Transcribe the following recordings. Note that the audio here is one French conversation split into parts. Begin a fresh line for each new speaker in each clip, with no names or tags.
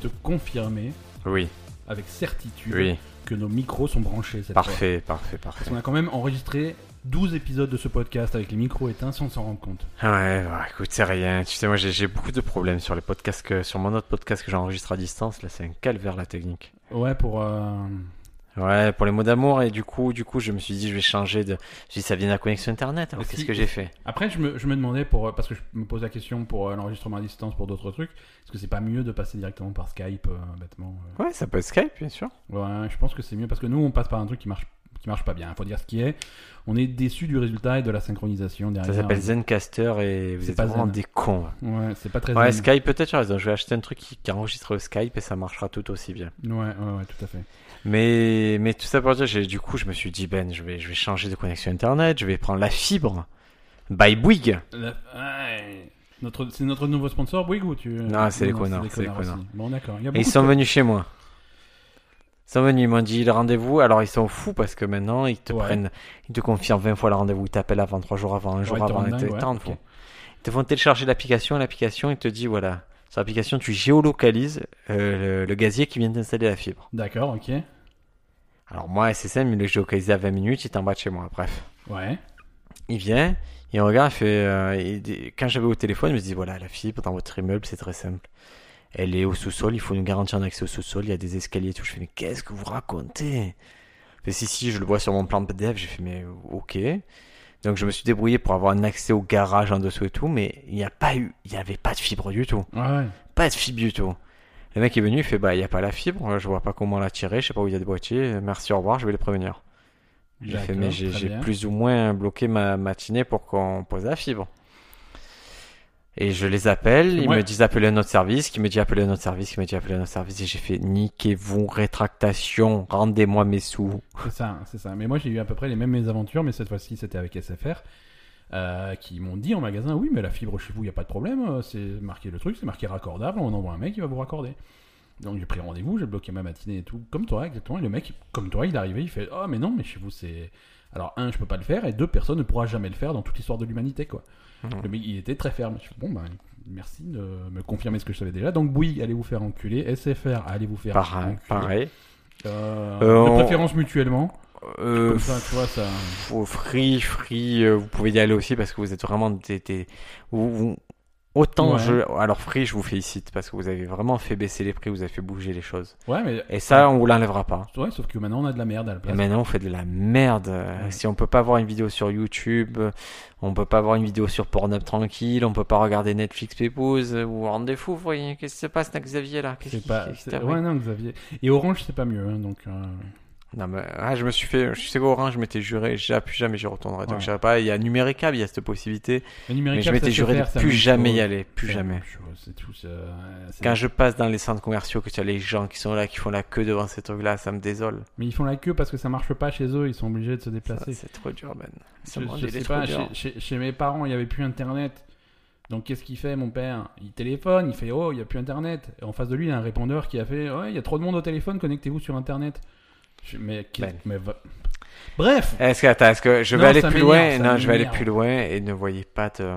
te confirmer
Oui,
avec certitude
oui.
que nos micros sont branchés cette fois.
Parfait, parfait,
Parce
parfait.
qu'on a quand même enregistré 12 épisodes de ce podcast avec les micros éteints sans s'en rendre compte.
Ah Ouais, bah, écoute, c'est rien. Tu sais, moi, j'ai j'ai beaucoup de problèmes sur les podcasts que, sur mon autre podcast que j'enregistre à distance. Là, c'est un calvaire la technique.
Ouais, pour. euh,
Ouais, pour les mots d'amour et du coup, du coup, je me suis dit, je vais changer de. J'ai dit, ça vient de la connexion internet. Alors,
Mais
qu'est-ce
si-
que j'ai fait
Après, je me, je me demandais, pour, euh, parce que je me pose la question pour euh, l'enregistrement à distance, pour d'autres trucs, est-ce que c'est pas mieux de passer directement par Skype, euh, bêtement euh,
Ouais, ça peut être Skype, bien sûr.
Ouais, je pense que c'est mieux parce que nous, on passe par un truc qui marche, qui marche pas bien. Faut dire ce qui est. On est déçu du résultat et de la synchronisation derrière.
Ça s'appelle Zencaster et vous
C'est
êtes
pas
vraiment
Zen.
des cons.
Ouais, c'est pas très.
Ouais,
zen.
Skype, peut-être, tu as raison. Je vais acheter un truc qui, qui enregistre le Skype et ça marchera tout aussi bien.
Ouais, ouais, ouais, tout à fait.
Mais, mais tout ça pour dire, j'ai- du coup, je me suis dit, Ben, je vais, je vais changer de connexion internet, je vais prendre la fibre. By Bouygues.
La- ouais. Notre, c'est notre nouveau sponsor, Bouygues, ou tu. Ah,
Non, c'est les connards, c'est les connards.
aussi. Ah Bon, d'accord. Il y a
Et ils
beaucoup
sont
de-
venus chez moi. Ils sont venus, ils m'ont dit le rendez-vous. Alors ils sont fous parce que maintenant ils te
Ouais.
prennent, ils te confirment 20 fois le rendez-vous, ils t'appellent avant, 3 jours avant, un jour
ils te
avant,
rendent
ils te
dingue, ouais,
t'en
ok.
font. Ils te font télécharger l'application et l'application, il te dit voilà, sur l'application tu géolocalises euh, le, le gazier qui vient d'installer la fibre.
D'accord, ok.
Alors moi, SSM, il le géolocalisait à 20 minutes, il est en bas de chez moi, bref.
Ouais.
Il vient, il regarde, il fait. euh, il dit- quand j'avais au téléphone, il me dit voilà, la fibre dans votre immeuble, c'est très simple. Elle est au sous-sol, il faut nous garantir un accès au sous-sol, il y a des escaliers et tout. Je fais mais qu'est-ce que vous racontez Il fait si, si, je le vois sur mon plan PDF. J'ai fait mais ok. Donc je me suis débrouillé pour avoir un accès au garage en dessous et tout, mais il n'y a pas eu, il n'y avait pas de fibre du tout.
Ouais, ouais.
Pas de fibre du tout. Le mec est venu, il fait bah il n'y a pas la fibre, je vois pas comment la tirer, je sais pas où il y a des boîtiers, merci, au revoir, je vais les prévenir. J'ai fait,
D'accord,
mais j'ai
très
j'ai
bien.
plus ou moins bloqué ma matinée pour qu'on pose la fibre. Et je les appelle, ils
Ouais.
me disent appeler un autre service, qui me dit appeler un autre service, qui me dit appeler un autre service, et j'ai fait niquez-vous, rétractation, rendez-moi mes sous.
C'est ça, c'est ça. Mais moi, j'ai eu à peu près les mêmes mésaventures, mais cette fois-ci, c'était avec SFR. euh, qui m'ont dit en magasin oui mais la fibre chez vous il n'y a pas de problème euh, c'est marqué le truc c'est marqué raccordable on envoie un mec il va vous raccorder donc j'ai pris rendez-vous j'ai bloqué ma matinée et tout comme toi exactement et le mec comme toi il est arrivé il fait oh mais non mais chez vous c'est alors un je peux pas le faire et deux personne ne pourra jamais le faire dans toute l'histoire de l'humanité quoi
Mhm.
le mec il était très ferme je fais, bon ben merci de me confirmer ce que je savais déjà donc Bouygues allez vous faire enculer SFR allez vous faire
Pareil.
enculer.
pareil.
Euh,
Euh,
de
on-
préférence mutuellement
Euh,
comme ça, tu vois, ça.
f- free, free, euh, vous pouvez y aller aussi parce que vous êtes vraiment des, des- vous- vous- autant
Ouais.
je, alors free, je vous félicite parce que vous avez vraiment fait baisser les prix, vous avez fait bouger les choses.
Ouais, mais.
Et ça, on vous l'enlèvera pas.
Ouais, sauf que maintenant on a de la merde à la
Et
place.
maintenant, on fait de la merde. Euh,
Ouais.
Si on peut pas voir une vidéo sur YouTube, euh, on peut pas voir une vidéo sur Pornhub tranquille, on peut pas regarder Netflix Pépouze, euh, vous vous rendez fou, vous voyez, qu'est-ce qui se passe, là, Xavier, là Qu'est-ce
C'est
qui-
pas.
qu'est-ce qui
c'est-
t'arrive
Ouais, non, Xavier. Et Orange, c'est pas mieux, hein, donc. euh,
Non, mais ah, je me suis fait, je sais qu'au Orange, je m'étais juré, j'ai- plus jamais j'y retournerai. Donc,
Ouais.
j'irai pas, il y a Numéricable, il y a cette possibilité,
le
mais
numérique,
je m'étais juré de plus jamais y aller, plus jamais.
C'est tout. c'est- euh, c'est-
Quand je passe dans les centres commerciaux, que tu as les gens qui sont là, qui font la queue devant ces trucs-là, ça me désole.
Mais ils font la queue parce que ça marche pas chez eux, ils sont obligés de se
Ça,
déplacer.
C'est trop dur, Ben. Ce
je,
monde,
je
il est
sais
trop
pas,
dur.
chez, chez- chez mes parents, il n'y avait plus internet. Donc qu'est-ce qu'il fait, mon père Il téléphone, il fait Oh, il n'y a plus internet. Et en face de lui, il y a un répondeur qui a fait Ouais, il y a trop de monde au téléphone, connectez-vous sur internet. Je- mais, qu'est-
Ben.
mais va- Bref
Est-ce que, attends, est-ce que je vais
Non,
aller
ça
plus
m'énerve,
loin
ça
Non, je vais aller
m'énerve.
plus loin et ne voyez pas de...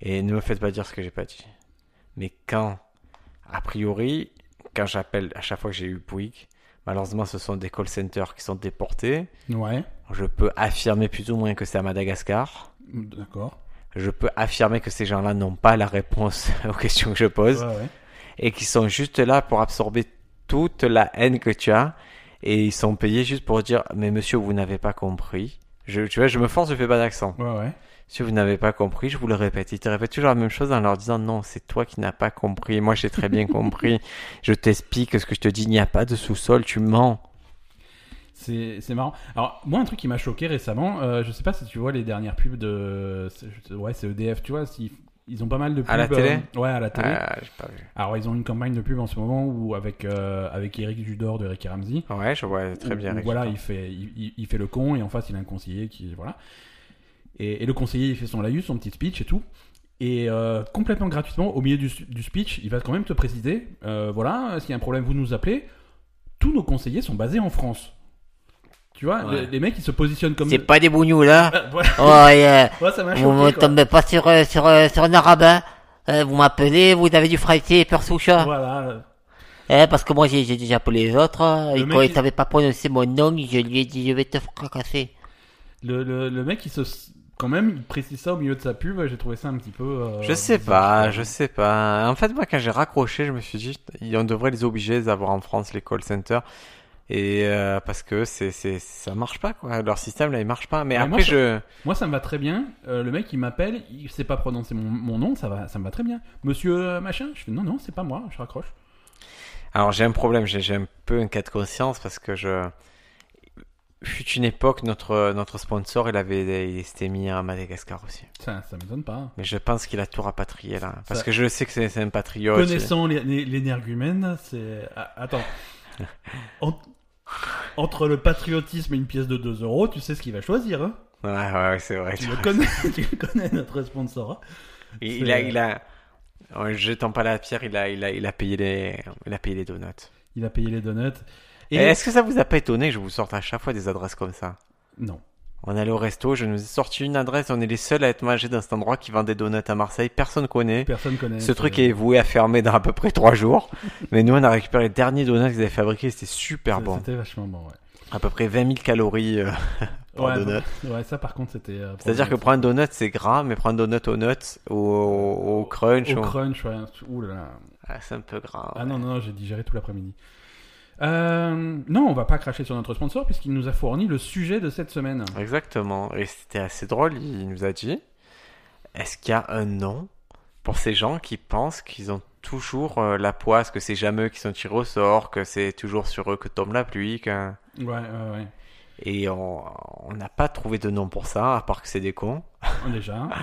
Et ne me faites pas dire ce que j'ai pas dit. Mais quand, a priori, quand j'appelle, à chaque fois que j'ai eu Bouygues, malheureusement, ce sont des call centers qui sont déportés.
Ouais,
Je peux affirmer plus ou moins que c'est à Madagascar.
d'accord.
Je peux affirmer que ces gens-là n'ont pas la réponse aux questions que je pose
Ouais, ouais.
et qui sont juste là pour absorber toute la haine que tu as et ils sont payés juste pour dire mais monsieur vous n'avez pas compris je, tu vois je me force je fais pas d'accent
Ouais, ouais.
si vous n'avez pas compris je vous le répète ils te répètent toujours la même chose en leur disant non c'est toi qui n'as pas compris moi j'ai très bien compris je t'explique ce que je te dis il n'y a pas de sous-sol tu mens
C'est c'est marrant. Alors, moi, un truc qui m'a choqué récemment, euh, je sais pas si tu vois les dernières pubs de. c'est- je- Ouais, c'est EDF, tu vois, s'ils- ils ont pas mal de pubs.
À la télé
euh, Ouais, à la télé.
Ah, j'ai pas vu.
Alors, ils ont une campagne de pub en ce moment où, avec, euh, avec Eric Judor de Rick et Ramsey.
ouais je vois très
où-
bien
où,
Eric.
voilà, il fait, il, il- il fait le con et en face, il a un conseiller qui. Voilà. Et, et le conseiller, il fait son laïus, son petit speech et tout. Et euh, complètement gratuitement, au milieu du, du speech, il va quand même te préciser euh, voilà, s'il y a un problème, vous nous appelez. Tous nos conseillers sont basés en France. Tu vois,
Ouais.
les, les mecs, ils se positionnent comme.
C'est pas des bougnoux
hein.
là.
Ah, voilà,
Oh, et, euh,
ouais, ça m'a
vous me
choqué. quoi.
tombez pas sur, euh, sur, euh, sur un arabin. Euh, vous m'appelez, vous avez du frais et peur sous chat.
Voilà.
Eh, parce que moi, j'ai j'ai déjà appelé les autres, hein,
Le
et
mec,
quand
il-
ils savaient pas prononcer mon nom, je lui ai dit, je vais te fracasser.
Le, le, le mec, il se. Quand même, il précise ça au milieu de sa pub. J'ai trouvé ça un petit peu. euh,
Je sais
bizarre.
pas, je sais pas. En fait, moi, quand j'ai raccroché, je me suis dit, il- on devrait les obliger à les avoir en France, les call centers. Et euh, parce que c'est, c'est, ça marche pas, quoi. Leur système, là, il marche pas. Mais,
Mais
après,
moi, ça-
je.
Moi, ça me va très bien. Euh, le mec, il m'appelle, il sait pas prononcer mon, mon nom, ça va, ça me va très bien. Monsieur euh, machin, je fais non, non, c'est pas moi, je raccroche.
Alors, j'ai un problème, j'ai, j'ai un peu un cas de conscience parce que je. Fut une époque, notre, notre sponsor, il avait, il s'était mis à Madagascar aussi.
Ça, ça m'étonne pas.
Mais je pense qu'il a tout rapatrié, là. Parce
Ça-
que je sais que c'est, c'est un patriote. il-
Connaissant les- les- l'énergumène, c'est. ah, attends. En- Entre le patriotisme et une pièce de 2 euros, tu sais ce qu'il va choisir. Hein
Ouais, ouais, ouais, c'est vrai.
tu, le connais, tu le connais, notre sponsor. hein.
Il,
C'est-
il a, il a, en jetant pas la pierre, il a, il a, il a payé les, il a payé les donuts.
Il a payé les donuts.
Et
Et-
est-ce que ça vous a pas étonné que je vous sorte à chaque fois des adresses comme ça
Non.
On allait au resto, je nous ai sorti une adresse, on est les seuls à être mangés dans cet endroit qui vend des donuts à Marseille, personne connaît.
Personne connaît.
Ce truc est voué à fermer dans à peu près trois jours, mais nous on a récupéré les derniers donuts qu'ils avaient fabriqués, c'était super
C'était-
bon.
C'était vachement bon, ouais.
À peu près 20 000 calories euh, par
Ouais,
donut.
ouais, ça par contre, c'était. euh,
C'est-à-dire que prendre un donut c'est gras, mais prendre un donut aux nuts, au, au crunch,
au
au-
crunch, ouais. Ouh là là.
Ah, c'est un peu gras.
Ah non, non, non, j'ai digéré tout l'après-midi. Euh, non, on va pas cracher sur notre sponsor puisqu'il nous a fourni le sujet de cette semaine.
Exactement. Et c'était assez drôle. Il nous a dit est-ce qu'il y a un nom pour ces gens qui pensent qu'ils ont toujours euh, la poisse, que c'est jamais eux qui sont tirés au sort, que c'est toujours sur eux que tombe la pluie que-
Ouais, ouais, ouais.
Et on on n'a pas trouvé de nom pour ça, à part que c'est des cons.
Oh, Déjà.
Ah,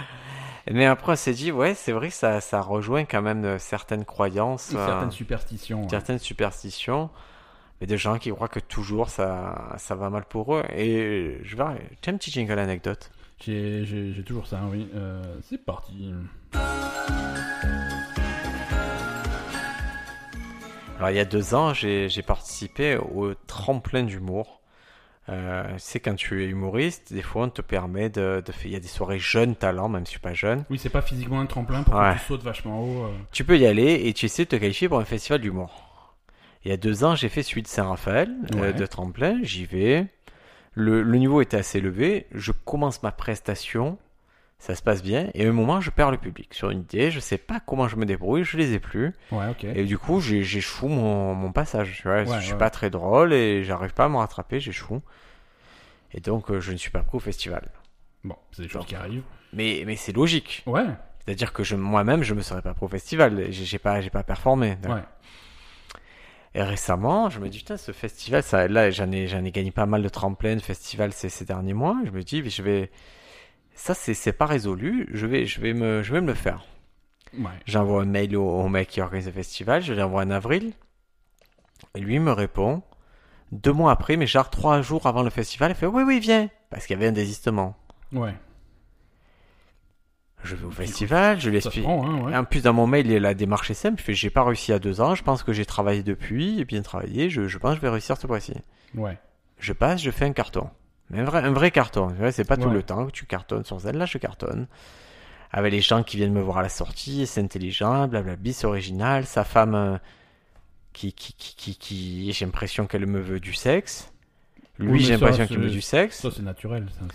Mais après, on s'est dit ouais, c'est vrai, ça, ça rejoint quand même euh, certaines croyances, euh,
Certaines superstitions. ouais.
certaines superstitions. Mais des gens qui croient que toujours ça, ça va mal pour eux. Et je vais. J'ai un petit jingle anecdote.
J'ai- J'ai j'ai toujours ça, oui. Euh, C'est parti.
Alors, il y a deux ans, j'ai j'ai participé au tremplin d'humour. Euh, c'est quand tu es humoriste, des fois on te permet de, de faire. Il y a des soirées jeunes talents, même si je suis pas jeune.
Oui, c'est pas physiquement un tremplin pour
Ouais.
que tu sautes vachement haut. euh.
Tu peux y aller et tu essaies de te qualifier pour un festival d'humour. Il y a deux ans, j'ai fait celui de Saint-Raphaël, euh,
Ouais.
de tremplin. J'y vais. Le, le niveau était assez élevé. Je commence ma prestation. Ça se passe bien. Et à un moment, je perds le public sur une idée. Je sais pas comment je me débrouille. Je les ai plus.
Ouais, ok.
Et du coup, j'ai- j'échoue mon, mon passage. Tu vois,
Ouais,
je suis
ouais.
pas très drôle et j'arrive pas à me rattraper, j'échoue. Et donc, euh, je ne suis pas pris au festival.
Bon, c'est des choses
Donc.
qui arrivent.
Mais, mais c'est logique.
Ouais,
C'est-à-dire que je- moi-même, je me serais pas pris au festival. J'ai j'ai pas, j'ai pas performé.
ouais.
Et récemment, je me dis, putain, ce festival, ça, là, j'en ai, j'en ai gagné pas mal de tremplins de festivals ces, ces derniers mois. Je me dis, mais je vais. Ça, c'est c'est pas résolu. Je vais, je, vais me, je vais me le faire.
Ouais.
J'envoie un mail au, au mec qui organise le festival, je l'envoie en avril. Et lui me répond deux mois après, mais genre trois jours avant le festival, il fait Oui, oui, viens Parce qu'il y avait un désistement.
Ouais.
Je vais au festival, je lui
Ça se
explique.
prend, hein, ouais.
En plus, dans mon mail, il y a la démarche est simple. Il fait J'ai pas réussi à deux ans, je pense que j'ai travaillé depuis, et bien travaillé, je, je pense que je vais réussir ce fois-ci.
Ouais.
Je passe, je fais un carton. Mais un vrai, un vrai carton. Tu vois, C'est pas tout
Ouais.
le temps que tu cartonnes sur celle-là, je cartonne. Avec les gens qui viennent me voir à la sortie, c'est intelligent, blablabla, c'est original. Sa femme euh, qui, qui, qui, qui, qui- j'ai l'impression qu'elle me veut du sexe. Lui,
Oui, mais
j'ai
ça,
l'impression qu'il
c'est-
me veut du sexe.
Ça, c'est naturel. ça,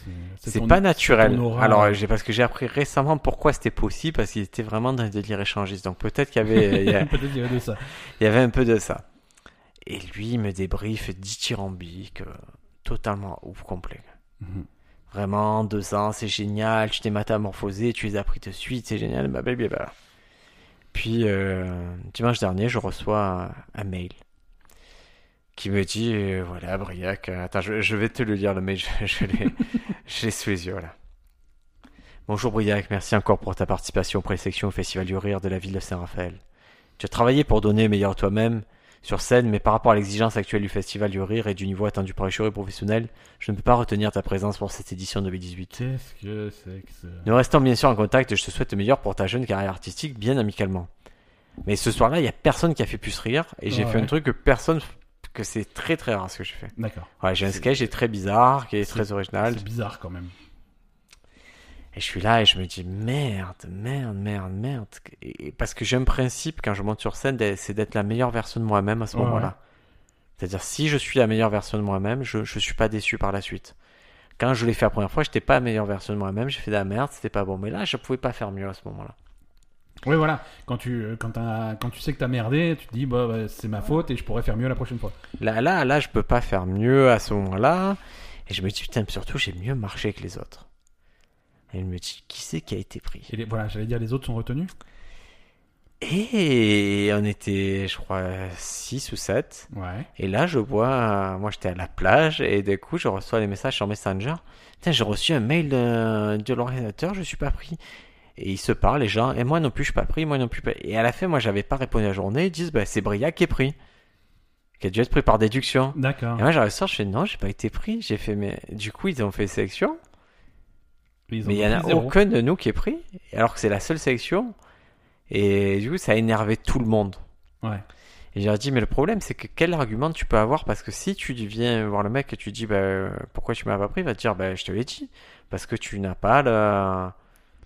C'est
C'est
ton-
pas naturel.
ton aura.
Alors, j'ai parce que j'ai appris récemment pourquoi c'était possible, parce qu'il était vraiment dans un délire échangiste. Donc peut-être qu'il y avait, il y a-
Peut-être qu'il y avait de ça.
il y avait un peu de ça. Et lui, il me débriefe dithyrambique, euh, totalement au complet.
Mhm.
Vraiment, deux ans, c'est génial, tu t'es métamorphosé, tu les as pris de suite, c'est génial, bah, bah, bah, bah. Puis, euh, dimanche dernier, je reçois un, un mail qui me dit, euh, voilà, Briac, euh, attends, je, je vais te le lire, le mail, je, je l'ai je l'ai sous les yeux, là. Bonjour Briac, merci encore pour ta participation aux présélections au Festival du Rire de la ville de Saint-Raphaël. Tu as travaillé pour donner le meilleur de toi-même sur scène, mais par rapport à l'exigence actuelle du Festival du Rire et du niveau attendu par les jurys professionnels, je ne peux pas retenir ta présence pour cette édition 2018.
Qu'est-ce que c'est que ça
Nous restons bien sûr en contact et je te souhaite le meilleur pour ta jeune carrière artistique, bien amicalement. Mais ce soir-là, il y a personne qui a fait plus rire et j'ai
Ouais.
fait un truc que personne, que c'est très très rare ce que je fais.
D'accord.
Ouais, j'ai un
C'est-
sketch qui est très bizarre, qui est,
c'est-
très original.
C'est bizarre quand même.
Et je suis là et je me dis merde, merde, merde, merde. Et, et parce que j'ai un principe quand je monte sur scène, d'être- c'est d'être la meilleure version de moi-même à ce
Ouais,
moment-là.
ouais.
C'est-à-dire si je suis la meilleure version de moi-même, je ne suis pas déçu par la suite. Quand je l'ai fait la première fois, j'étais pas la meilleure version de moi-même, j'ai fait de la merde, c'était pas bon. Mais là, je pouvais pas faire mieux à ce moment-là.
Oui, voilà. Quand tu, euh, quand, t'as- quand tu sais que t'as merdé, tu te dis, bah, bah, c'est ma faute et je pourrais faire mieux la prochaine fois.
Là, là, là, je peux pas faire mieux à ce moment-là. Et je me dis putain, mais surtout, j'ai mieux marché que les autres. Et je me dis qui c'est qui a été pris
Et les- voilà, j'allais dire, les autres sont retenus.
Et on était, je crois, 6 ou 7.
Ouais.
Et là, je vois, euh, moi j'étais à la plage, et du coup, je reçois les messages sur Messenger. Putain, j'ai reçu un mail de, de l'organisateur, je suis pas pris. Et ils se parlent, les gens, et moi non plus, je suis pas pris, moi non plus. pas- Et à la fin, moi j'avais pas répondu à la journée, ils disent, bah, c'est Briac qui est pris, qui a dû être pris par déduction.
D'accord.
Et moi, j'arrive sort, je fais, non, j'ai pas été pris, j'ai fait, mais du coup, ils ont fait sélection,
Ils ont
mais il y en a
pris zéro.
aucun de nous qui est pris, alors que c'est la seule sélection. Et du coup, ça a énervé tout le monde.
Ouais.
Et j'ai dit, mais le problème, c'est que quel argument tu peux avoir Parce que si tu viens voir le mec et tu dis, bah, euh, pourquoi tu m'as pas pris Il va te dire, bah, je te l'ai dit. Parce que tu n'as pas le.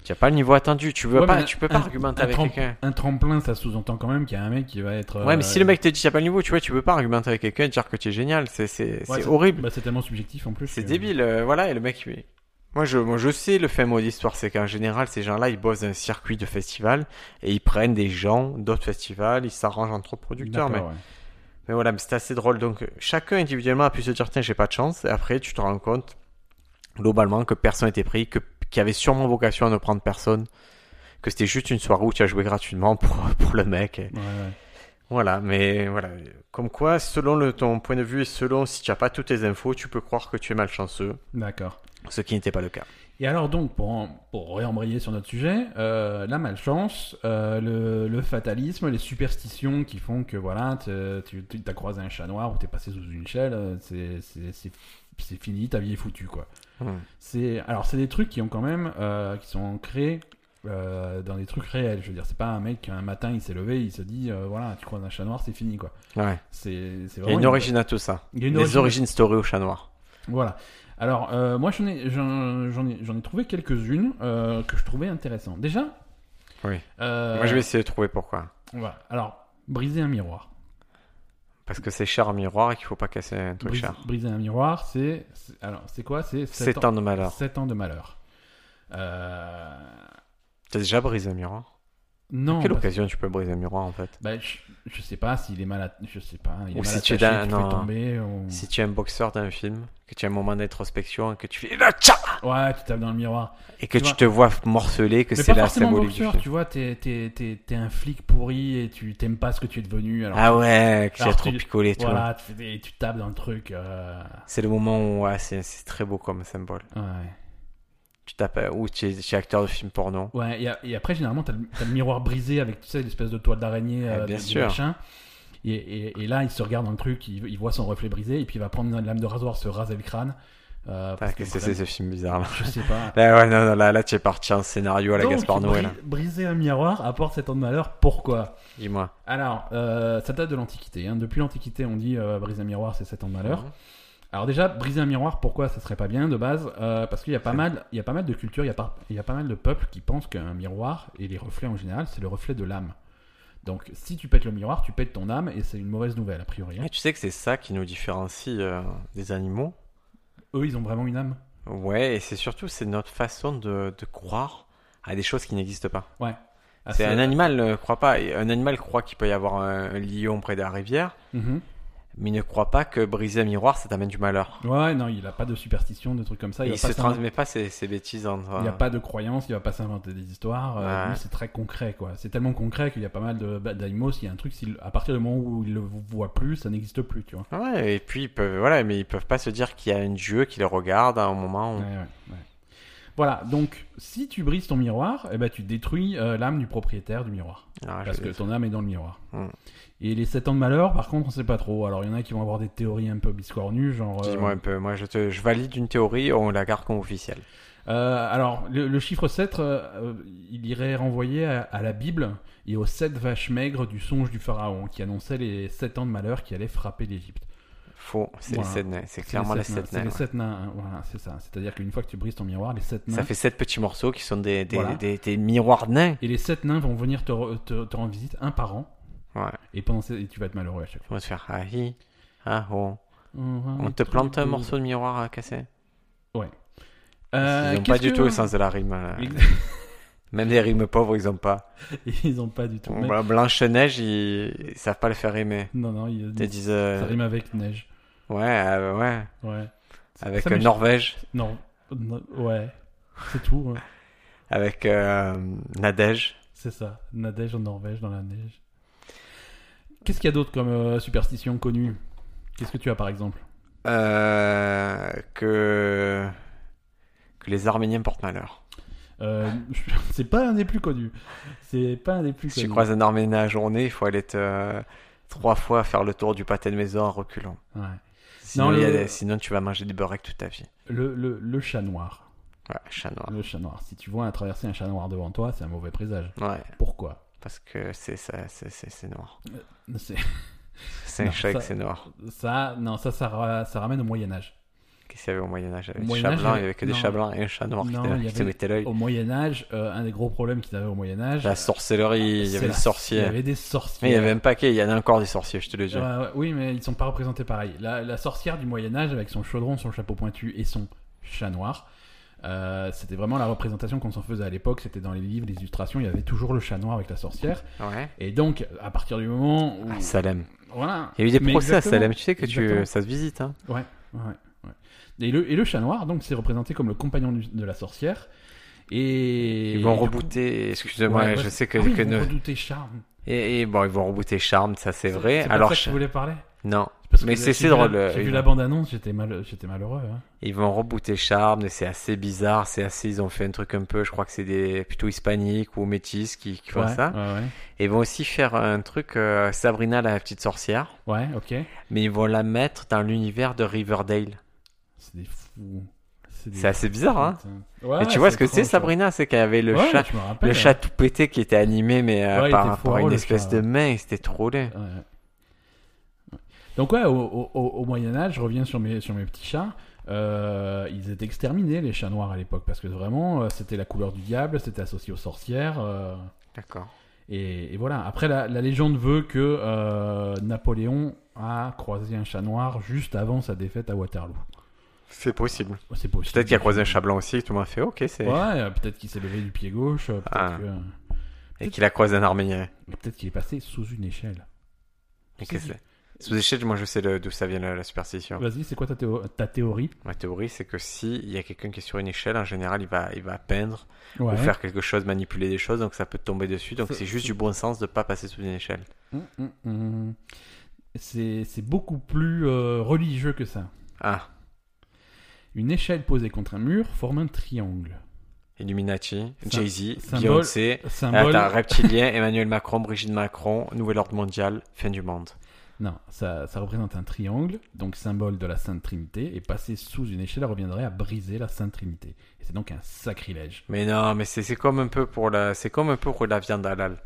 Tu n'as pas le niveau attendu. Tu veux
Ouais,
pas,
mais
tu peux pas
un-
argumenter
un
avec
trempe-
quelqu'un.
Un tremplin, ça sous-entend quand même qu'il y a un mec qui va être.
Ouais,
euh,
mais si le mec te dit, tu n'as pas le niveau, tu vois, tu peux pas argumenter avec quelqu'un et dire que tu es génial. C'est, c'est,
Ouais,
c'est horrible.
Bah, c'est tellement subjectif en plus.
C'est
que-
débile, euh, voilà, et le mec, il- moi je, moi je sais le fin mot d'histoire, c'est qu'en général ces gens-là ils bossent dans un circuit de festival et ils prennent des gens d'autres festivals, ils s'arrangent entre producteurs,
D'accord,
mais,
ouais.
mais voilà, mais c'est assez drôle. Donc euh, chacun individuellement a pu se dire tiens j'ai pas de chance, et après tu te rends compte globalement que personne n'était pris, que, qu'il y avait sûrement vocation à ne prendre personne, que c'était juste une soirée où tu as joué gratuitement pour, pour le mec. et-
Ouais, ouais.
voilà, mais voilà. Comme quoi, selon le, ton point de vue et selon si tu n'as pas toutes tes infos, tu peux croire que tu es malchanceux
D'accord.
ce qui n'était pas le cas.
Et alors donc, pour, en- pour réembrayer sur notre sujet, euh, la malchance, euh, le, le fatalisme, les superstitions qui font que voilà, te- tu tu- t'as croisé un chat noir ou t'es passé sous une chaîne, euh, c'est- c'est c'est- c'est fini, ta vie est foutue quoi.
Hmm.
C'est alors c'est des trucs qui ont quand même euh, qui sont ancrés euh, dans des trucs réels. Je veux dire, c'est pas un mec un matin il s'est levé, il se dit euh, voilà, tu croises un chat noir, c'est fini quoi.
Ouais.
C'est c'est
Il y a
vraiment
une origine à tout ça.
il y a une
Les
origine.
origines story au chat noir.
Voilà. Alors, euh, moi, j'en ai, j'en, j'en ai, j'en ai trouvé quelques-unes euh, que je trouvais intéressantes. Déjà
Oui.
euh,
Moi, je vais essayer de trouver pourquoi.
voilà. Alors, briser un miroir.
Parce que c'est cher un miroir et qu'il faut pas casser un truc
Brise-
cher.
briser un miroir, c'est. c'est- alors, c'est quoi C'est
7 ans de malheur.
7 ans de malheur. Euh,
T'as déjà brisé un miroir
non. bah.
Quelle
parce-
occasion tu peux briser un miroir en fait
bah, je, je sais pas s'il est malade. Je sais pas. Il est
Ou
mal
si tu es
attaché,
dans-
tu
non.
fais tomber. ou-
Si tu es un boxeur d'un film, que tu as un moment d'introspection et que tu fais là, tcha
Ouais, tu tapes dans le miroir.
et que
Tu
tu
vois.
te vois morceler, que
Mais
c'est
pas
la
forcément
symbolique du
boxeur,
film.
tu vois. T'es, t'es, t'es, t'es un flic pourri et tu t'aimes pas ce que tu es devenu. Alors,
Ah ouais, que tu as
Alors,
trop
tu-
picolé, tu vois.
Voilà, tu, fais des- tu tapes dans le truc. euh,
C'est le moment où ouais, c'est c'est très beau comme symbole.
Ouais.
Tu tapes euh, ou tu es, tu es acteur de film porno.
Ouais, et, a- et après, généralement, t'as le, t'as le miroir brisé avec, tu sais, l'espèce de toile d'araignée.
Ah,
euh,
bien
du- du
sûr.
machin. Et, et- et là, il se regarde dans le truc, il, il voit son reflet brisé, et puis il va prendre une lame de rasoir, se raser le crâne. euh,
Ah,
parce
que
que
c'est c'est
vraiment,
ce film bizarre là.
Je sais pas.
Là, ouais, non, non, là, là, tu es parti en scénario à la
Donc,
Gaspard hein. Noé.
bri-
là.
briser un miroir apporte cet ans de malheur, pourquoi
Dis-moi.
Alors, euh, ça date de l'Antiquité. hein. Depuis l'Antiquité, on dit euh, briser un miroir, c'est sept ans de malheur.
Ah
Alors déjà, briser un miroir, pourquoi ça serait pas bien de base Euh, Parce qu'il y a pas
C'est-
mal, il y a pas mal de cultures, il y a pas, il y a pas mal de peuples qui pensent qu'un miroir et les reflets en général, c'est le reflet de l'âme. Donc si tu pètes le miroir, tu pètes ton âme et c'est une mauvaise nouvelle a priori. hein.
Et Eh, tu sais que c'est ça qui nous différencie euh, des animaux.
Eux, ils ont vraiment une âme.
Ouais, et c'est surtout c'est notre façon de, de croire à des choses qui n'existent pas.
Ah,
c'est un animal ne croit pas. Et Un animal croit qu'il peut y avoir un, un lion près de la rivière,
Mhm.
mais il ne croit pas que briser un miroir ça t'amène du malheur.
Ouais, ouais, non, il a pas de superstition, de trucs comme ça.
Et il
va
se
pas s'in-
transmet pas ses, ses bêtises entre.
Il n'y a pas de croyance, il va pas s'inventer des histoires. euh,
Ouais.
lui, c'est très concret, quoi. C'est tellement concret qu'il y a pas mal de- bah, d'animaux. S'il y a un truc, s'il- à partir du moment où il le voit plus, ça n'existe plus, tu vois.
Ouais, et puis ils peuvent, voilà, mais ils peuvent pas se dire qu'il y a un dieu qui les regarde à un moment où.
Ouais, ouais, ouais. Voilà, donc si tu brises ton miroir, eh ben, tu détruis euh, l'âme du propriétaire du miroir.
Ah, je-
parce que ton âme est dans le miroir.
Hmm.
Et les 7 ans de malheur, par contre, on sait pas trop. Alors il y en a qui vont avoir des théories un peu biscornues, genre. euh,
Dis-moi un peu. Moi, je, te, je valide une théorie, on la garde comme officielle.
euh, alors le, le chiffre 7, euh, euh, il irait renvoyer à, à la Bible et aux 7 vaches maigres du songe du pharaon qui annonçait les 7 ans de malheur qui allaient frapper l'Égypte.
Faux, c'est
Voilà.
les sept nains. C'est
C'est
clairement
les
les
sept nains,
sept
C'est
nains.
les
ouais.
sept nains, hein, voilà, c'est ça. C'est-à-dire qu'une fois que tu brises ton miroir, les sept nains.
Ça fait sept petits morceaux qui sont des, des,
Voilà.
des, des miroirs nains.
Et les sept nains vont venir te, re- te- te rendre visite un par an.
Ouais.
Et pendant ces- et tu vas être malheureux à chaque fois.
On va se faire ah, hi, ah, oh. On
On
te plante un morceau de miroir à casser.
Euh,
ils ont
qu'est-ce
pas du
que-
tout le sens de la rime. là.
Ex-
Même les rimes pauvres, ils ont pas.
Ils ont pas du tout. Mais-
Voilà, Blanche-Neige, ils... ils savent pas le faire rimer.
Non, non, ils
Ils te disent. euh,
ça rime avec neige.
Ouais, euh, ouais.
Ouais.
Avec
Ça
euh,
m'échappe.
Norvège,
Non, non, ouais. C'est tout, ouais.
avec euh, Nadège.
c'est ça. Nadège en Norvège, dans la neige. Qu'est-ce qu'il y a d'autre comme euh, superstition connue Qu'est-ce que tu as par exemple
Euh, que... que les Arméniens portent malheur.
Euh, C'est pas un des plus connus. C'est pas un des plus
Si
connus.
tu croises un Arménien à la journée, il faut aller te... euh, trois fois faire le tour du pâté de maison en reculant.
Ouais.
Sinon,
Non, le-
il y a des- Sinon tu vas manger du beurre avec toute ta vie.
Le, le, le chat noir.
Ouais, chat noir.
Le chat noir. Si tu vois un traverser un chat noir devant toi, c'est un mauvais présage.
Ouais,
Pourquoi
parce que c'est ça, c'est- c'est c'est noir.
C'est-
C'est
Non,
un chat
ça-
que c'est noir.
Ça, non, ça, ça, ra- ça ramène au Moyen Âge.
Qu'est-ce qu'il y avait au Moyen-Âge
Au
Avec des
Moyen
chats
Âge,
blancs,
il y
il y avait que des
non.
chats blancs et un chat noir qui
Non,
te-
il y
qui te
avait-
mettait l'œil.
Au Moyen Âge, euh, un des gros problèmes qu'ils avaient au Moyen Âge,
La sorcellerie, il y
c'est
avait
la-
des sorciers.
il y avait des
Mais il y
sorciers.
avait un paquet, il y en a encore des sorciers, je te le dis.
Ouais, ouais, oui, mais ils sont pas représentés pareil. La, la sorcière du Moyen Âge avec son chaudron, son chapeau pointu et son chat noir, euh, c'était vraiment la représentation qu'on s'en faisait à l'époque. C'était dans les livres, les illustrations, il y avait toujours le chat noir avec la sorcière.
Ouais.
Et donc, à partir du moment où...
À Salem.
Voilà.
Ah, Il y a eu des
Mais
procès à
exactement.
Salem, tu sais que
Exactement.
tu, ça se visite. Hein.
Ouais, ouais, ouais. Et le, et le chat noir, donc, c'est représenté comme le compagnon du- de la sorcière. Et.
Ils
et
vont
du coup-
rebooter, excusez-moi,
Ouais, ouais,
je sais que...
Ah oui,
que
ils vont
ne-
redouter Charme.
et, et bon, ils vont rebooter Charmed, ça c'est vrai.
C'est pas
Alors,
ça que je voulais parler.
non,
Parce que
Mais c'est-
j'ai
c'est
vu la-
drôle, euh,
J'ai vu
ils
la
vont-
bande annonce, j'étais mal, j'étais malheureux. hein.
ils vont rebooter Charmed, c'est assez bizarre, c'est assez... Ils ont fait un truc un peu, je crois que c'est des plutôt hispaniques ou métis qui, qui font
ouais,
ça.
Ouais,
Et ils vont aussi faire un truc euh, Sabrina la petite sorcière,
ouais. Ouais, ok.
mais ils vont la mettre dans l'univers de Riverdale.
C'est des fous. des
C'est assez bizarre, hein
fous, ouais,
Mais tu vois ce que
étrange,
c'est Sabrina, c'est qu'elle avait
ouais.
le
Ouais,
chat
je me rappelle,
Le
ouais.
chat tout pété qui était animé, mais euh,
Ouais, il était
par, par
foireux,
une
le
espèce
chat.
de main, et c'était trop laid.
Ouais, ouais. Ouais. Donc ouais, au, au- au- au Moyen Âge, je reviens sur mes, sur mes petits chats. euh, ils étaient exterminés les chats noirs à l'époque parce que vraiment euh, c'était la couleur du diable, c'était associé aux sorcières. euh,
D'accord.
et, et voilà. Après la, la légende veut que euh, Napoléon a croisé un chat noir juste avant sa défaite à Waterloo.
C'est possible.
C'est possible.
Peut-être qu'il a croisé un chat blanc aussi, et tout le monde a fait OK, c'est.
Ouais, euh, peut-être qu'il s'est levé du pied gauche. euh, Peut-être
Ah.
que-
Et qu'il a croisé un arménien.
mais peut-être qu'il est passé sous une échelle.
Mais
Si,
qu'est-ce
si.
que c'est Sous échelle, moi je sais le- d'où ça vient la, la superstition.
Vas-y, c'est quoi ta, théo- ta théorie
Ma théorie, c'est que si il y a quelqu'un qui est sur une échelle, en général, il va, il va peindre
Ouais.
ou faire quelque chose, manipuler des choses, donc ça peut tomber dessus. Donc
C'est-
c'est juste
c'est-
du bon sens de pas passer sous une échelle.
Hum, hum, hum. C'est c'est beaucoup plus euh, religieux que ça.
Ah,
Une échelle posée contre un mur forme un triangle.
Ah, Illuminati,
Sym-
Jay-Z,
symbole-
Beyoncé.
Symbole.
Attends, reptilien, Emmanuel Macron, Brigitte Macron, nouvel ordre mondial, fin du monde.
Non, ça, ça représente un triangle, donc symbole de la Sainte Trinité, et passer sous une échelle reviendrait à briser la Sainte Trinité. Et c'est donc un sacrilège.
Mais non, mais c'est c'est comme un peu pour la, c'est comme un peu pour la viande halal.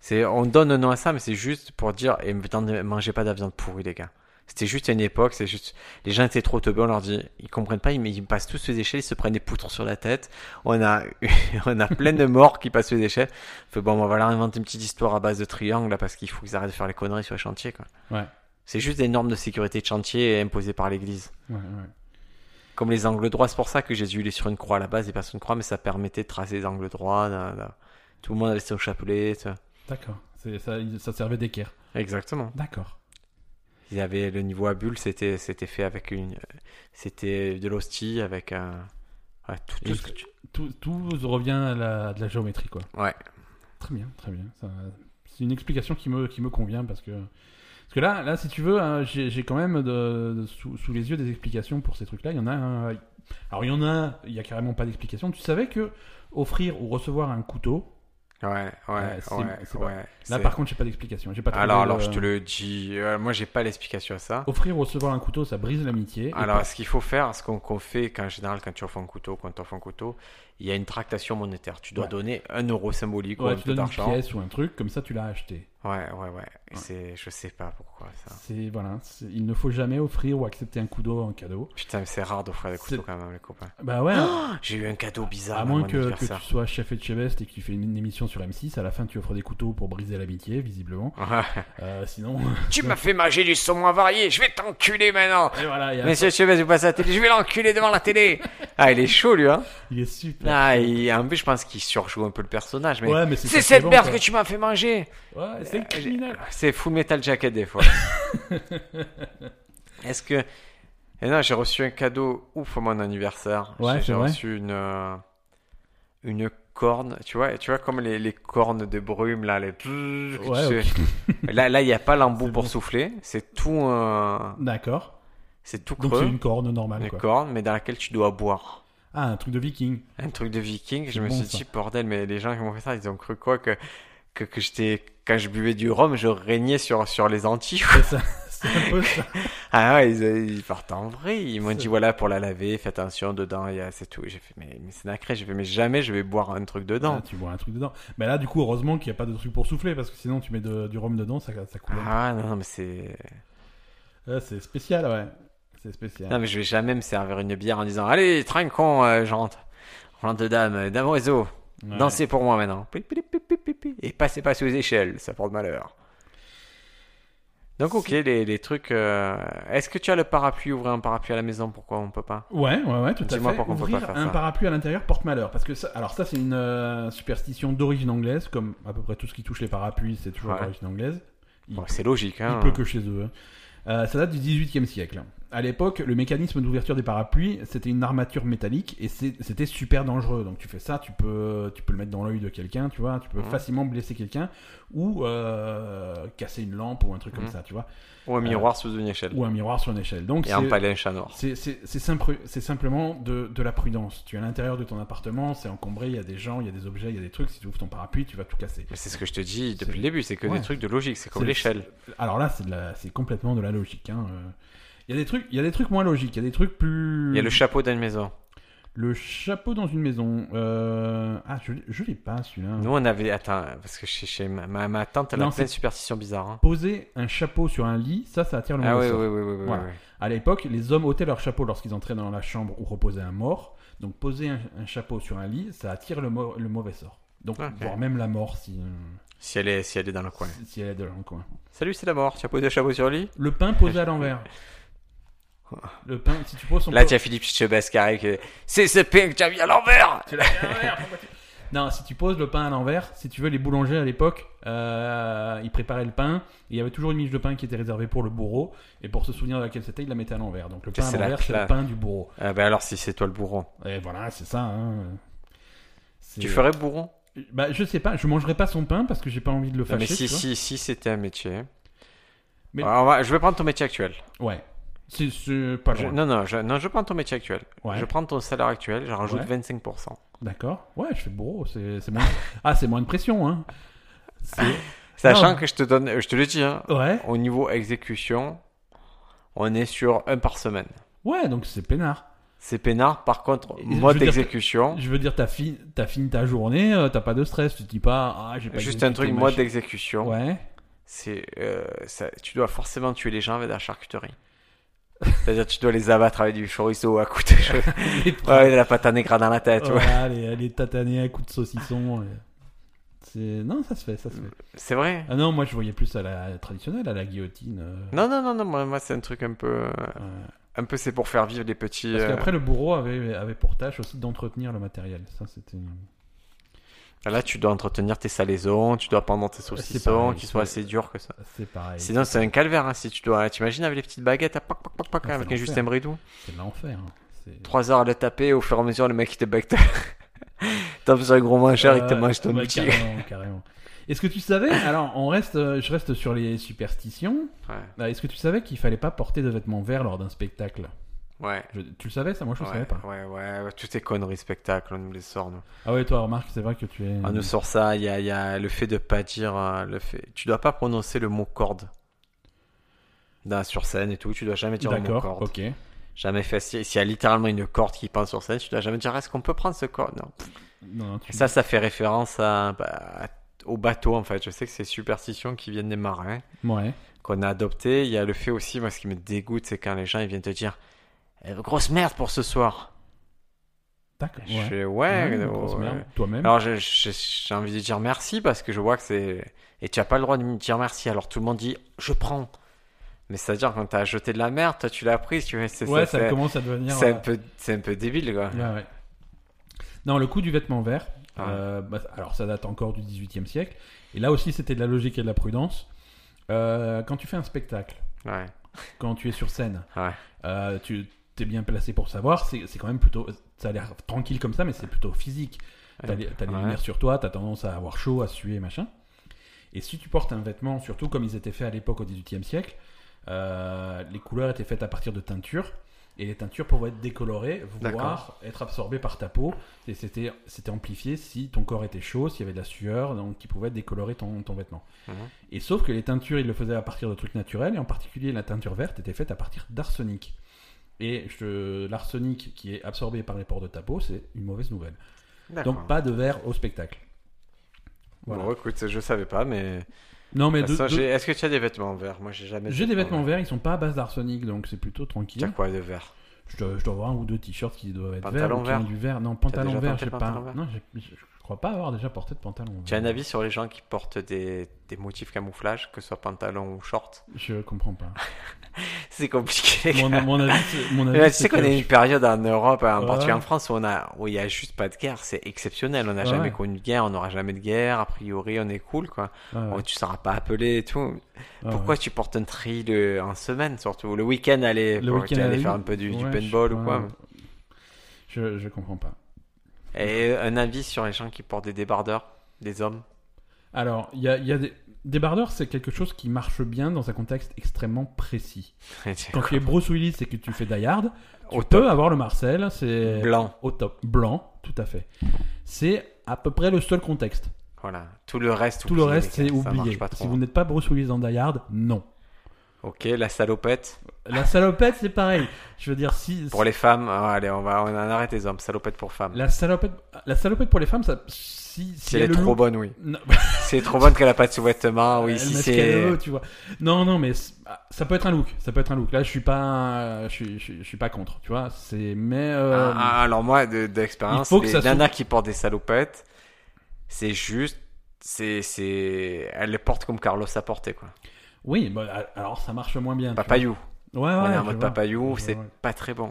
C'est, on donne un nom à ça, mais c'est juste pour dire, et ne mangez pas de la viande pourrie, les gars. C'était juste à une époque, c'est juste, les gens étaient trop teubés, on leur dit, ils comprennent pas, ils, mais ils passent tous sous les échelles, ils se prennent des poutres sur la tête. On a, on a plein de morts qui passent sous les échelles. Fait bon, on va leur inventer une petite histoire à base de triangle, là, parce qu'il faut qu'ils arrêtent de faire les conneries sur les chantiers, quoi.
Ouais.
C'est juste des normes de sécurité de chantier imposées par l'église.
Ouais, ouais.
Comme les angles droits, c'est pour ça que Jésus il est sur une croix à la base et pas sur une croix, mais ça permettait de tracer des angles droits. da, da. Tout le monde avait son chapelet. tu vois.
D'accord. C'est- Ça, ça servait d'équerre.
Exactement.
D'accord.
Il y avait le niveau à bulles, c'était c'était fait avec une, c'était de l'hostie avec un, ouais, tout, tout
Et
ce que tu.
Tout, tout revient à la, de la géométrie, quoi.
Ouais.
Très bien, très bien. Ça- C'est une explication qui me, qui me convient parce que, parce que là, là, si tu veux, hein, j'ai j'ai quand même de, de- sous, sous les yeux des explications pour ces trucs-là. Il y en a un. euh, Alors, il y en a un, il n'y a carrément pas d'explication. Tu savais que offrir ou recevoir un couteau,
Ouais, ouais,
Ouais, c'est-
ouais,
c'est pas-
ouais.
là
c'est-
par contre, j'ai pas d'explication. J'ai pas trouvé
alors,
de-
alors je te le dis, euh, moi j'ai pas l'explication à ça.
Offrir ou recevoir un couteau, ça brise l'amitié. Et
Alors, ce qu'il faut faire, ce qu'on qu'on fait, qu'en général, quand tu offres un couteau, quand tu offres un couteau, il y a une tractation monétaire. Tu dois
Ouais.
donner un euro symbolique
pour- ouais,
ou un
tu
peu
donnes une
d'argent.
pièce ou un truc, comme ça tu l'as acheté.
Ouais, ouais, ouais. C'est, je sais pas pourquoi ça.
C'est voilà, c'est- il ne faut jamais offrir ou accepter un coup d'eau en cadeau.
Putain, mais c'est rare d'offrir des couteaux
C'est-
quand même, les copains.
Bah ouais.
Ah, J'ai eu un cadeau bizarre
À
à
moins
mon
que, que tu
anniversaire.
sois chef et Chebest et que tu fais une émission sur M6, à la fin tu offres des couteaux pour briser l'amitié, visiblement.
Ouais.
Euh, sinon,
Tu m'as fait manger du saumon avarié, je vais t'enculer maintenant.
et voilà, il, y a-
Monsieur Chevez, vous passez à la télé, je vais l'enculer devant la télé. Ah, il est chaud lui, hein.
il est super.
Ah, il, en plus, je pense qu'il surjoue un peu le personnage, mais.
Ouais, mais c'est
C'est
ça qui est
cette
bon,
merde
quoi.
que tu Euh, m'as fait manger.
Ouais, c'est criminel.
Ah, C'est Full Metal Jacket des fois. Est-ce que. Et non, j'ai reçu un cadeau ouf à mon anniversaire.
Ouais,
J'ai-
c'est
j'ai
vrai.
reçu une. euh, Une corne, tu vois, tu vois comme les, les cornes de brume là, les. que tu
Ouais,
sais. Là, là, il n'y a pas l'embout
C'est
pour
bon.
souffler. C'est tout, un-
D'accord.
c'est tout
Donc
creux,
c'est une corne normale,
une
quoi.
corne, mais dans laquelle tu dois boire.
Ah, un truc de viking.
Un truc de viking, je
C'est
me
bon,
suis
ça.
dit, bordel, mais les gens qui m'ont fait ça, ils ont cru quoi que, que, que j'étais, quand je buvais du rhum, je régnais sur, sur les Antilles.
C'est ça, c'est un peu ça.
Ah ouais, ils, ils partent en vrai. Ils m'ont
C'est-
dit, voilà, pour la laver, fais attention, dedans, il y a, c'est tout. J'ai fait, mais, mais c'est nacré, j'ai fait, mais jamais je vais boire un truc
Ah,
dedans.
tu bois un truc dedans. Mais là, du coup, heureusement qu'il n'y a pas de truc pour souffler, parce que sinon tu mets de- du rhum dedans, ça, ça coule.
Ah non, non, mais c'est,
Ouais, c'est spécial, ouais. C'est spécial.
non, mais je vais jamais me servir une bière en disant, allez, trinquons, euh, j'entre. Rentre de dame, euh, dame oiseau,
Ouais.
dansez pour moi maintenant. Pi, pi, pi, pi, pi, pi. Et passez pas sous les échelles, ça porte malheur. Donc ok, les, les trucs... euh, Est-ce que tu as le parapluie, ouvrir un parapluie à la maison, pourquoi on peut pas
Ouais, ouais, ouais, tout à
Dis-moi
fait.
pourquoi on peut
Ouvrir
pas faire
un
ça.
parapluie à l'intérieur porte malheur. Parce que ça, alors ça, c'est une euh, superstition d'origine anglaise, comme à peu près tout ce qui touche les parapluies, c'est toujours
Ouais.
d'origine anglaise. Il-
Bon, C'est logique, hein.
Il pleut que chez eux. hein. Euh, ça date du 18e siècle. À l'époque, le mécanisme d'ouverture des parapluies, c'était une armature métallique et c'est- c'était super dangereux. Donc tu fais ça, tu peux, tu peux le mettre dans l'œil de quelqu'un, tu vois, tu peux
Mhm.
facilement blesser quelqu'un ou euh, casser une lampe ou un truc comme
Mhm.
ça, tu vois,
Ou un miroir sous une échelle.
ou un miroir sur une échelle. Donc
Et un
Euh, c'est-
palais, un chat noir.
c'est- c'est c'est simple- c'est simplement de, de la prudence. Tu es à l'intérieur de ton appartement, c'est encombré, il y a des gens, il y a des objets, il y a des trucs. Si tu ouvres ton parapluie, tu vas tout casser.
Mais c'est ce que je te dis
C'est-
depuis le début, c'est que
Ouais.
des trucs de logique, c'est comme
C'est-
l'échelle.
Alors là, c'est de la- c'est complètement de la logique. hein, euh. Il y a des trucs, il y a des trucs moins logiques. Il y a des trucs plus.
Il y a le chapeau d'une maison.
Le chapeau dans une maison. euh, Ah, je, l'ai- je l'ai pas celui-là.
Nous, on avait... Attends, parce que chez, chez ma, ma, ma tante, elle
Non,
a plein
c'est-
de superstitions bizarres. hein.
Poser un chapeau sur un lit, ça, ça attire le
Ah
mauvais
oui,
sort.
oui, oui, oui, oui,
Voilà.
oui.
À l'époque, les hommes ôtaient leur chapeau lorsqu'ils entraient dans la chambre où reposait un mort. Donc poser un, un chapeau sur un lit, ça attire le, mo- le mauvais sort. Donc
Ok.
voire même la mort si, euh,
Si elle est, si elle est dans le coin.
si, si elle est dans le coin.
Salut, c'est la mort. Tu as posé le chapeau sur lui
Le pain posé à l'envers. Le pain, si tu poses son
Là,
pain-
tu as Philippe Chebès qui arrive. qui- C'est ce pain que tu as mis à l'envers
Tu l'as mis à l'envers, pourquoi tu- Non, si tu poses le pain à l'envers, si tu veux, les boulangers à l'époque, euh, ils préparaient le pain, et il y avait toujours une miche de pain qui était réservée pour le bourreau, et pour se souvenir de laquelle c'était, ils la mettaient à l'envers. Donc le pain à
C'est la
l'envers, c'est le
classe.
pain du bourreau.
Ah ben alors, si c'est toi le bourron.
Et voilà, c'est ça. hein. C'est-
Tu ferais bourron
Bah, je sais pas, je mangerai pas son pain parce que j'ai pas envie de le
Non,
fâcher.
Mais
tu
si,
vois.
si, si c'était un métier.
Mais-
Alors, on va- je vais prendre ton métier actuel.
Ouais. C'est c'est pas
Je-
loin.
non, non, je, non, je prends ton métier actuel.
Ouais.
Je prends ton salaire actuel, j'en rajoute
Ouais.
25%.
D'accord. Ouais, je fais le bourreau. C'est c'est moins... ah, c'est moins de pression, hein. C'est-
Sachant
Non.
que je te donne, je te le dis, hein,
Ouais.
au niveau exécution, on est sur un par semaine.
Ouais, donc c'est pénard.
C'est peinard, par contre,
Et je
mode
veux dire-
d'exécution,
Je veux dire, t'as fini, t'as fini ta journée, euh, t'as pas de stress, tu te dis pas, ah, j'ai pas
juste
exécuté
un truc,
ma
mode
chi-
d'exécution,
Ouais.
c'est euh, ça- tu dois forcément tuer les gens avec de la charcuterie. C'est-à-dire tu dois les abattre avec du chorizo à coups de, ouais,
Les,
de la pâte à négra dans la tête. ouais.
voilà, les, les tatanés à coups de saucisson. euh, C'est... Non, ça se fait, ça se fait.
C'est vrai
Ah non, moi je voyais plus à la traditionnelle, à la guillotine. euh,
Non, non, non, non, moi, moi, c'est un truc un peu... euh,
euh,
Un peu c'est pour faire vivre les petits...
parce
euh,
qu'après, le bourreau avait, avait pour tâche aussi d'entretenir le matériel. Ça, c'était...
euh, Là, tu dois entretenir tes salaisons, tu dois pendant tes saucissons,
Euh, pareil,
qu'ils soient
c'est-
assez durs que ça.
C'est pareil. C'est,
Sinon, c'est un calvaire, hein, si tu dois. T'imagines avec les petites baguettes, hein, à pac, pac, pac, pac,
Ah, c'est
avec un
l'enfer.
Justin Bridou.
l'enfer. hein. C'est...
Trois heures à le taper, au fur et à mesure, le mec il te bague. T'as besoin un gros mancheur, il te
Euh,
mange ton
ouais,
outil.
Carrément, carrément. Est-ce que tu savais... Alors, on reste, euh, je reste sur les superstitions.
Ouais,
Ah, Est-ce que tu savais qu'il fallait pas porter de vêtements verts lors d'un spectacle
ouais.
Je- Tu le savais ça Moi je le savais
Ouais,
pas.
ouais, ouais, ouais, toutes ces conneries spectacles, on nous les sort, nous.
Ah ouais, toi remarque, c'est vrai que tu es.
On nous sort ça, il y a, il y a le fait de pas dire, euh, le fait, tu dois pas prononcer le mot corde. Dans, sur scène et tout, tu dois jamais dire le mot
D'accord,
corde.
ok.
Jamais fait. Si- S'il y a littéralement une corde qui passe sur scène, tu dois jamais dire est-ce qu'on peut prendre ce corde Non.
Non, non, tu-
Ça, ça fait référence à, bah, à- au bateau, en fait. Je sais que c'est superstition qui viennent des marins,
Ouais.
qu'on a adopté. Il y a le fait aussi, moi, ce qui me dégoûte, c'est quand les gens ils viennent te dire Eh, grosse merde pour ce soir.
D'accord.
Je
Ouais.
fais, ouais,
Ouais,
euh,
grosse
ouais.
merde. Toi-même.
Alors je- je- j'ai envie de dire merci parce que je vois que c'est. Et tu n'as pas le droit de me dire merci. Alors tout le monde dit je prends. Mais c'est-à-dire quand t'as jeté de la merde, toi tu l'as prise, tu vois. C'est
Ouais,
ça,
ça
c'est-
commence à devenir.
c'est
euh,
un, peu, c'est un peu débile quoi.
Ouais, ouais. Non, le coup du vêtement vert,
Ah.
euh, bah, alors ça date encore du 18e siècle, et là aussi c'était de la logique et de la prudence. Euh, quand tu fais un spectacle,
Ouais.
quand tu es sur scène,
Ouais.
euh, tu t'es bien placé pour savoir, c'est c'est quand même plutôt. Ça a l'air tranquille comme ça, mais c'est plutôt physique. T'as les, t'as les
Ouais.
lumières sur toi, t'as tendance à avoir chaud, à suer, machin. Et si tu portes un vêtement, surtout comme ils étaient faits à l'époque au 18e siècle, euh, les couleurs étaient faites à partir de teintures. Et les teintures pouvaient être décolorées, voire
D'accord.
être absorbées par ta peau. Et c'était c'était amplifié si ton corps était chaud, s'il y avait de la sueur, donc qui pouvait décolorer ton, ton vêtement.
Mhm.
Et sauf que les teintures, ils le faisaient à partir de trucs naturels, et en particulier la teinture verte était faite à partir d'arsenic. Et je- l'arsenic qui est absorbé par les pores de ta peau, c'est une mauvaise nouvelle.
D'accord.
Donc pas de verre au spectacle.
Bon,
Voilà.
écoute, je savais pas, mais.
Non mais
De toute
de-
façon,
de-
Ah, j'ai- Est-ce que tu as des vêtements en verre Moi j'ai jamais.
j'ai des vêtements verts, ils sont pas à base d'arsenic, donc c'est plutôt
Tu as
tranquille.
quoi de verre
Je dois, je dois avoir un ou deux t-shirts qui doivent être verts
Pantalon
ou qui ont
vert.
du vert. Non, pantalon
déjà
vert,
porté
j'ai
le
pas.
pantalon vert
Non, j'ai- je je crois pas avoir déjà porté de pantalon. vert.
Tu as un avis sur les gens qui portent des, des motifs camouflage, que ce soit pantalon ou short
Je comprends pas.
C'est compliqué.
Mon, mon avis, c'est- mon avis,
Mais tu
c'est
sais qu'on
que
a une période en Europe, en
Ouais.
particulier en France, où on a, où il y a juste pas de guerre. C'est exceptionnel. On n'a
Ouais.
jamais connu de guerre, on n'aura jamais de guerre. A priori, on est cool, quoi.
Ouais, Ah ouais, ah
Oh, tu seras pas appelé et tout.
ouais,
Pourquoi tu portes un tri le- en semaine, surtout le week-end, aller,
Le
pour-
week-end,
tu vas aller
aller.
faire un peu du, du
Ouais,
paintball
je-
ou quoi.
ouais. Je, je comprends pas.
Et un avis sur les gens qui portent des débardeurs, des hommes.
Alors, il y a, il y a des... Débardeur, c'est quelque chose qui marche bien dans un contexte extrêmement précis. Quand tu es Bruce Willis et que tu fais Die Hard, tu
Au
peux
top.
avoir le Marcel, c'est
Blanc.
au top. Blanc, tout à fait. C'est à peu près le seul contexte.
Voilà. Tout le reste,
Tout le
oubliez,
reste,
les
c'est
gars, ça marche
oublié.
pas trop.
Si vous n'êtes pas Bruce Willis dans Die Hard, non.
Ok, la salopette.
La salopette, c'est pareil. Je veux dire, si.
Pour les femmes, ah, allez, on va, on en arrête les hommes. Salopette pour femmes.
La salopette, la salopette pour les femmes, ça. Si, si
Si
elle
elle est
le
trop
look-
bonne, oui.
Non,
C'est trop bonne qu'elle a pas de sous-vêtements, oui,
elle
si
met ce qu'elle
c'est...
veut, tu vois. Non, non, mais c'est- ah, ça peut être un look. Ça peut être un look. Là, je suis pas, je suis, je suis- je suis pas contre, tu vois. C'est, mais euh,
Ah, ah, alors moi, de- d'expérience,
il faut que
de, les
ça
nanas qui portent des salopettes, c'est juste... C'est, c'est... Elles les portent comme Carlos a porté, quoi.
oui. bah, alors, ça marche moins bien. tu
Papayou.
vois. Ouais,
On
Ah ouais.
est en
je
mode
vois.
papayou,
Je
c'est
vois, ouais.
pas très bon.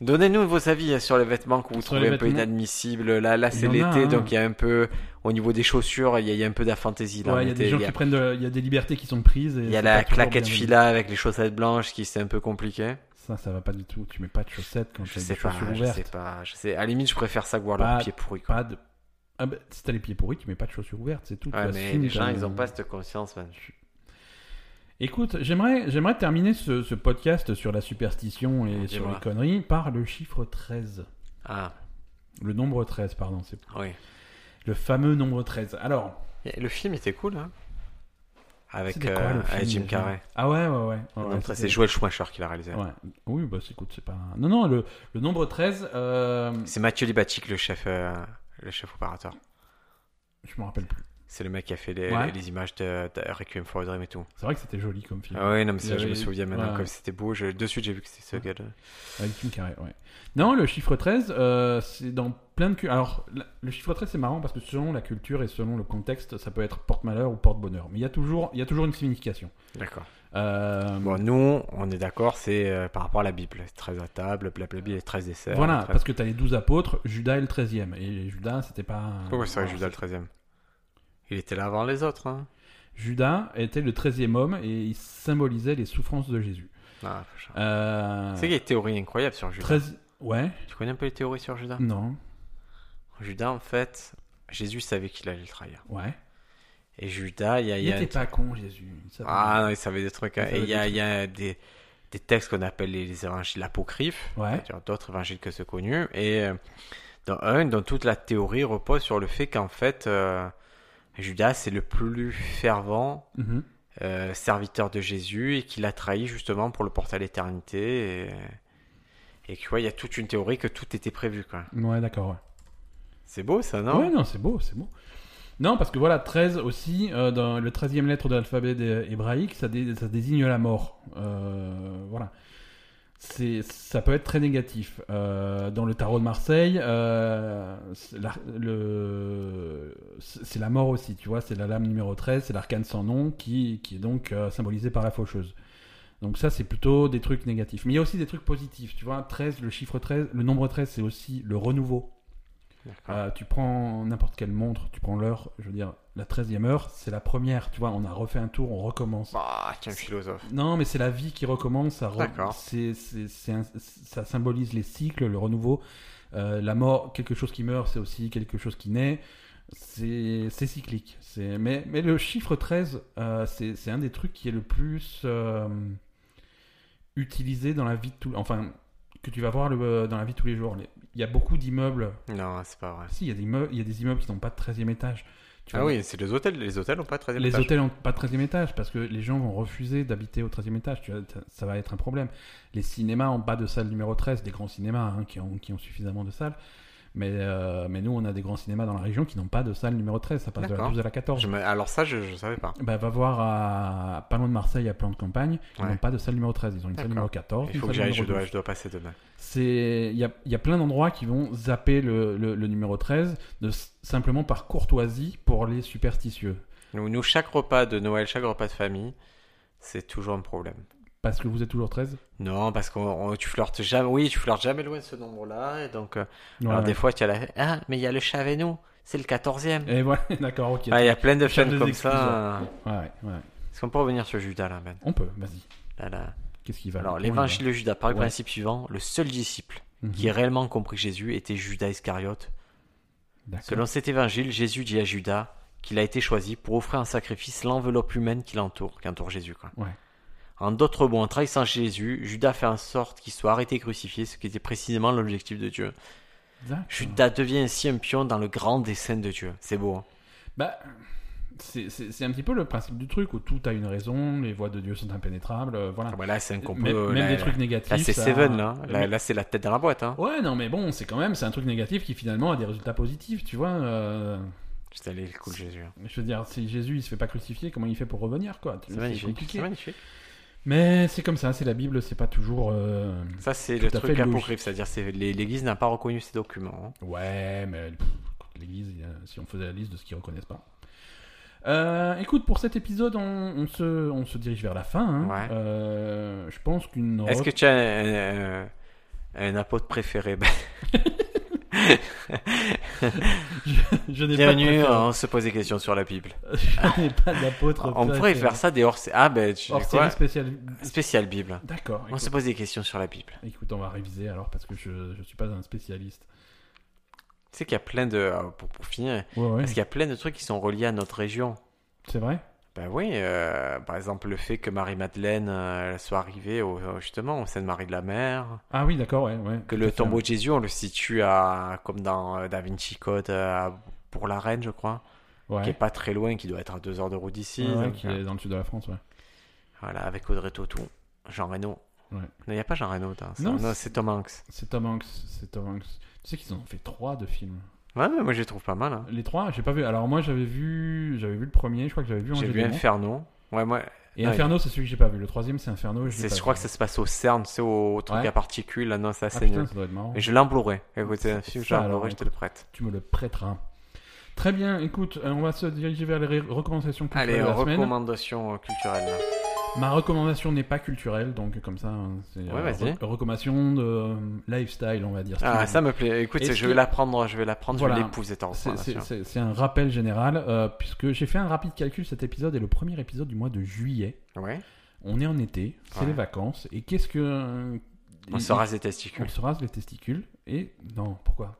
Donnez-nous vos avis euh, sur les vêtements que vous
Sur les
trouvez un peu
vêtements.
inadmissibles. Là, là c'est
Il y en a,
l'été,
hein.
donc il y a un peu... Au niveau des chaussures, il y a, il y a un peu de la fantaisie. là, en
Ouais, il y a
été.
des gens
Il y a-
qui prennent, de- il y a des libertés qui sont prises. et
il y a
c'est
la
pas toujours
claquette
bien vu.
fila avec les chaussettes blanches qui c'est un peu compliqué.
Ça, ça va pas du tout. Tu mets pas de chaussettes quand tu
Je
as
sais
des
pas,
chaussures
je sais
ouvertes.
pas, je sais. À la limite, je préfère ça que voir
Pas-
leurs pieds pourris. quoi.
Pas de. Ah bah, si t'as les pieds pourris, tu mets pas de chaussures ouvertes, c'est tout.
Ouais,
Tu
mais
assumes
les gens,
ta-
ils ont pas cette conscience, man.
Écoute, j'aimerais, j'aimerais terminer ce, ce podcast sur la superstition et
Dis-moi.
sur les conneries par le chiffre 13.
Ah,
Le nombre 13, pardon. C'est
oui.
le fameux nombre 13. Alors,
Et Le film était cool, hein Avec,
c'était quoi,
euh,
le film,
avec Jim
déjà
Carrey.
Ah ouais, ouais, ouais. Ouais,
Non,
ouais,
après, c'est
c'était-
Joel Schumacher qui l'a réalisé.
Ouais. Oui, bah c'est- écoute, c'est pas. Non, non, le, le nombre 13, euh,
C'est Mathieu Libatic, le chef, euh, le chef opérateur.
je me rappelle plus.
C'est le mec qui a fait les,
Ouais.
les- les images de, de Requiem for a Dream et tout.
C'est vrai que c'était joli comme film.
Ah oui, non, mais
Il y
ça, je me
avait-
souviens maintenant,
Mm. ouais.
comme c'était beau. je- de suite, j'ai vu que c'était ce gars-là.
Avec Jim Carrey, ouais. Non, le chiffre 13, euh, c'est dans plein de... cu- Alors, la- le chiffre 13, c'est marrant parce que selon la culture et selon le contexte, ça peut être porte-malheur ou porte-bonheur. Mais il y, a toujours- il y a toujours une signification.
D'accord.
Euh,
Bon, nous, on est d'accord, c'est euh, par rapport à la Bible. 13 à table, blablabla, les 13 desserts.
voilà,
13
parce que tu as les 12 apôtres, Judas est le 13e. Et Judas, c'était pas...
Pourquoi c'est vrai, Judas le 13 e Il était là avant les autres. Hein.
Judas était le 13e homme et il symbolisait les souffrances de Jésus.
Ah, putain.
Euh,
Tu sais qu'il y a des théories incroyables sur Judas.
13... Ouais,
Tu connais un peu les théories sur Judas
non,
Judas, en fait, Jésus savait qu'il allait le trahir.
ouais.
Et Judas, il y a. il
Il
y a-
était pas con, Jésus. Il savait.
Ah non, il savait des trucs. hein.
Il
Et
savait
il y a,
des
il y a des, des textes qu'on appelle les, les évangiles apocryphes,
Ouais,
c'est-à-dire d'autres évangiles que ceux connus. Et euh, dans un, dans toute la théorie repose sur le fait qu'en fait, euh, Judas, c'est le plus fervent
mhm.
euh, serviteur de Jésus et qu'il a trahi justement pour le porter à l'éternité. Et, et que, tu vois, il y a toute une théorie que tout était prévu. quoi.
ouais d'accord, ouais.
C'est beau ça, non
Ouais, non, c'est beau, c'est beau. Non, parce que voilà, 13 aussi, euh, dans le 13e lettre de l'alphabet dé- hébraïque, ça, dé- ça désigne la mort. Euh, voilà. C'est, ça peut être très négatif. Euh, dans le tarot de Marseille, euh, c'est la, le- c'est c'est la mort aussi, tu vois. C'est la lame numéro 13, c'est l'arcane sans nom qui, qui est donc euh, symbolisé par la faucheuse. Donc ça, c'est plutôt des trucs négatifs. Mais il y a aussi des trucs positifs, tu vois. 13, le chiffre 13, le nombre 13, c'est aussi le renouveau.
Ah.
Euh, tu prends n'importe quelle montre, tu prends l'heure, je veux dire, la 13e heure, c'est la première, tu vois, on a refait un tour, on recommence.
Ah, quel philosophe.
Non, mais c'est la vie qui recommence, ça, re-
D'accord.
c'est- c'est- c'est un- ça symbolise les cycles, le renouveau, euh, la mort, quelque chose qui meurt, c'est aussi quelque chose qui naît, c'est c'est cyclique. c'est- Mais, mais le chiffre 13, euh, c'est c'est un des trucs qui est le plus euh, utilisé dans la vie de tous... Enfin, que tu vas voir le- euh, dans la vie de tous les jours. Les- Il y a beaucoup d'immeubles
Non, c'est pas vrai.
Ah si, il y, a des immeu- il y a des immeubles qui n'ont pas de 13e étage. Tu
Ah
vois,
oui, c'est les hôtels. Les hôtels n'ont pas très
Les hôtels n'ont pas de 13e étage parce que les gens vont refuser d'habiter au 13e étage. Tu vois, ça- ça va être un problème. Les cinémas en bas de salle numéro 13, des grands cinémas hein, qui, ont, qui ont suffisamment de salles. Mais, euh, mais nous, on a des grands cinémas dans la région qui n'ont pas de salle numéro 13. Ça passe de la
D'accord.
12 à la 14.
Je me- Alors ça, je, je savais pas.
Bah, va voir à pas loin de Marseille, à Plan de Campagne. Ils
Ouais.
n'ont pas de salle numéro 13. Ils ont une salle
D'accord.
numéro 14.
Il
une
faut que
salle
j'aille, je
numéro
dois,
12.
je dois passer demain.
C'est il y a, il y a plein d'endroits qui vont zapper le, le- le numéro 13 de, simplement par courtoisie pour les superstitieux.
Nous, nous, chaque repas de Noël, chaque repas de famille, c'est toujours un problème.
Parce que vous êtes toujours 13
Non, parce que tu flirtes jamais. Oui, tu flirtes jamais loin de ce nombre-là. Et donc, euh,
Voilà.
alors des fois, tu as la. Ah, mais il y a le chat avec nous. C'est le 14e.
Et voilà, d'accord, ok.
Ah, il y a plein de
Cherche
films
des
comme
excuses,
ça.
Ouais, ouais.
Est-ce qu'on peut revenir sur Judas là, man
On peut, vas-y.
Là, là.
Qu'est-ce qui va
Alors,
Comment
l'évangile de Judas, par le
Ouais.
principe suivant, le seul disciple
il va Mhm,
qui ait réellement compris Jésus était Judas Iscariote.
d'accord.
Selon cet évangile, Jésus dit à Judas qu'il a été choisi pour offrir en sacrifice l'enveloppe humaine qui l'entoure, qui entoure Jésus. Quoi.
Ouais.
En d'autres mots, en trahissant Jésus, Judas fait en sorte qu'il soit arrêté et crucifié, ce qui était précisément l'objectif de Dieu.
D'accord.
Judas devient ainsi un pion dans le grand dessein de Dieu. C'est beau, hein
Bah, c'est- c'est c'est un petit peu le principe du truc où tout a une raison, les voies de Dieu sont impénétrables, euh, voilà.
Ah bah là, c'est un complot.
même même
là,
des
là,
trucs négatifs.
là, c'est
ça- Euh,
Seven, là. Là,
Mais- Oh.
là, c'est la tête dans la boîte. Hein.
Ouais, non, mais bon, c'est quand même, c'est un truc négatif qui finalement a des résultats positifs, tu vois. euh,
Putain, il est cool, Jésus.
Je veux dire, si Jésus il se fait pas crucifier, comment il fait pour revenir quoi
C'est magnifique.
compliqué.
C'est magnifique.
Mais c'est comme ça, c'est la Bible, c'est pas toujours. euh,
Ça, c'est
Tout
le
à fait
truc
logique.
apocryphe, c'est-à-dire c'est l'é- l'Église n'a pas reconnu ces documents. hein.
Ouais, mais pff, écoute, l'Église, il y a- si on faisait la liste de ce qu'ils reconnaissent pas. Euh, écoute, pour cet épisode, on, on se, on se dirige vers la fin. hein.
Ouais.
Euh, je pense qu'une.
Est-ce
re-
que tu as un, un- un apôtre préféré Ben,
je n'ai pas de
Bienvenue, hein,
préféré-
on se pose des questions sur la Bible.
je n'ai pas d'apôtre.
On pourrait faire ça des hors Ah ben, tu
Hors
sais quoi
série spéciale.
Spécial Bible.
D'accord.
On se
Écoute,
pose des questions sur la Bible.
écoute, on va réviser alors parce que je ne suis pas un spécialiste.
Tu sais qu'il y a plein de... ah, Pour, pour finir,
Ouais, ouais.
parce qu'il y a plein de trucs qui sont reliés à notre région.
C'est vrai
Ben oui, euh, par exemple le fait que Marie-Madeleine euh, soit arrivée au, au- justement au Sainte-Marie de la Mer,
Ah oui, d'accord, ouais. ouais tout
que
à
le
fait.
tombeau de Jésus on le situe à comme dans euh, Da Vinci Code euh, à- pour la Reine je crois, qui est
Ouais.
pas très loin, qui doit être à deux heures de route d'ici.
Ouais, ouais,
donc,
qui
euh,
est dans le sud de la France, ouais.
Voilà, avec Audrey Tautou, Jean Reno.
Ouais.
Non, il n'y a pas Jean Reno, putain, ça.
Non,
non,
c'est-
c'est Tom Hanks.
C'est Tom Hanks, c'est Tom Hanks. Tu sais qu'ils en ont fait trois de films.
Ouais, mais moi je les trouve pas mal. hein.
Les trois, j'ai pas vu. Alors moi j'avais vu, j'avais vu le premier, je crois que j'avais vu
J'ai
Angers
vu
Démon.
Inferno. Ouais, moi,
Et
Non,
Inferno, c'est celui que j'ai pas vu. Le troisième, c'est Inferno. et je l'ai
c'est-
pas
je crois
vu.
que ça se passe au CERN, tu sais, au truc
Ouais.
à particules. là, Non, ça
Ah
c'est
putain,
nul.
ça doit être marrant.
Mais je l'emblouerai. Écoute, c'est un
C'est
film, je
ça, alors,
l'emblouerai, je te le prête.
Tu me le prêteras. Très bien. Écoute, euh, on va se diriger vers les ré- recommandations culturelles
Allez, euh,
de la semaine.
recommandation culturelle.
Ma recommandation n'est pas culturelle, donc comme ça, hein, c'est
Ouais, vas-y.
re- recommandation de euh, lifestyle, on va dire.
Ah,
style.
ça me plaît. Écoute,
Est-ce
je
que-
vais la prendre, je vais la prendre, je
Voilà.
vais l'épouser ta
C'est-
recommandation.
c'est- C'est c'est un rappel général, euh, puisque j'ai fait un rapide calcul. Cet épisode est le premier épisode du mois de juillet.
Ouais.
On est en été, c'est
Ouais.
les vacances, et qu'est-ce que euh,
On
il-
se rase les
On
testicules.
se rase les testicules et non, pourquoi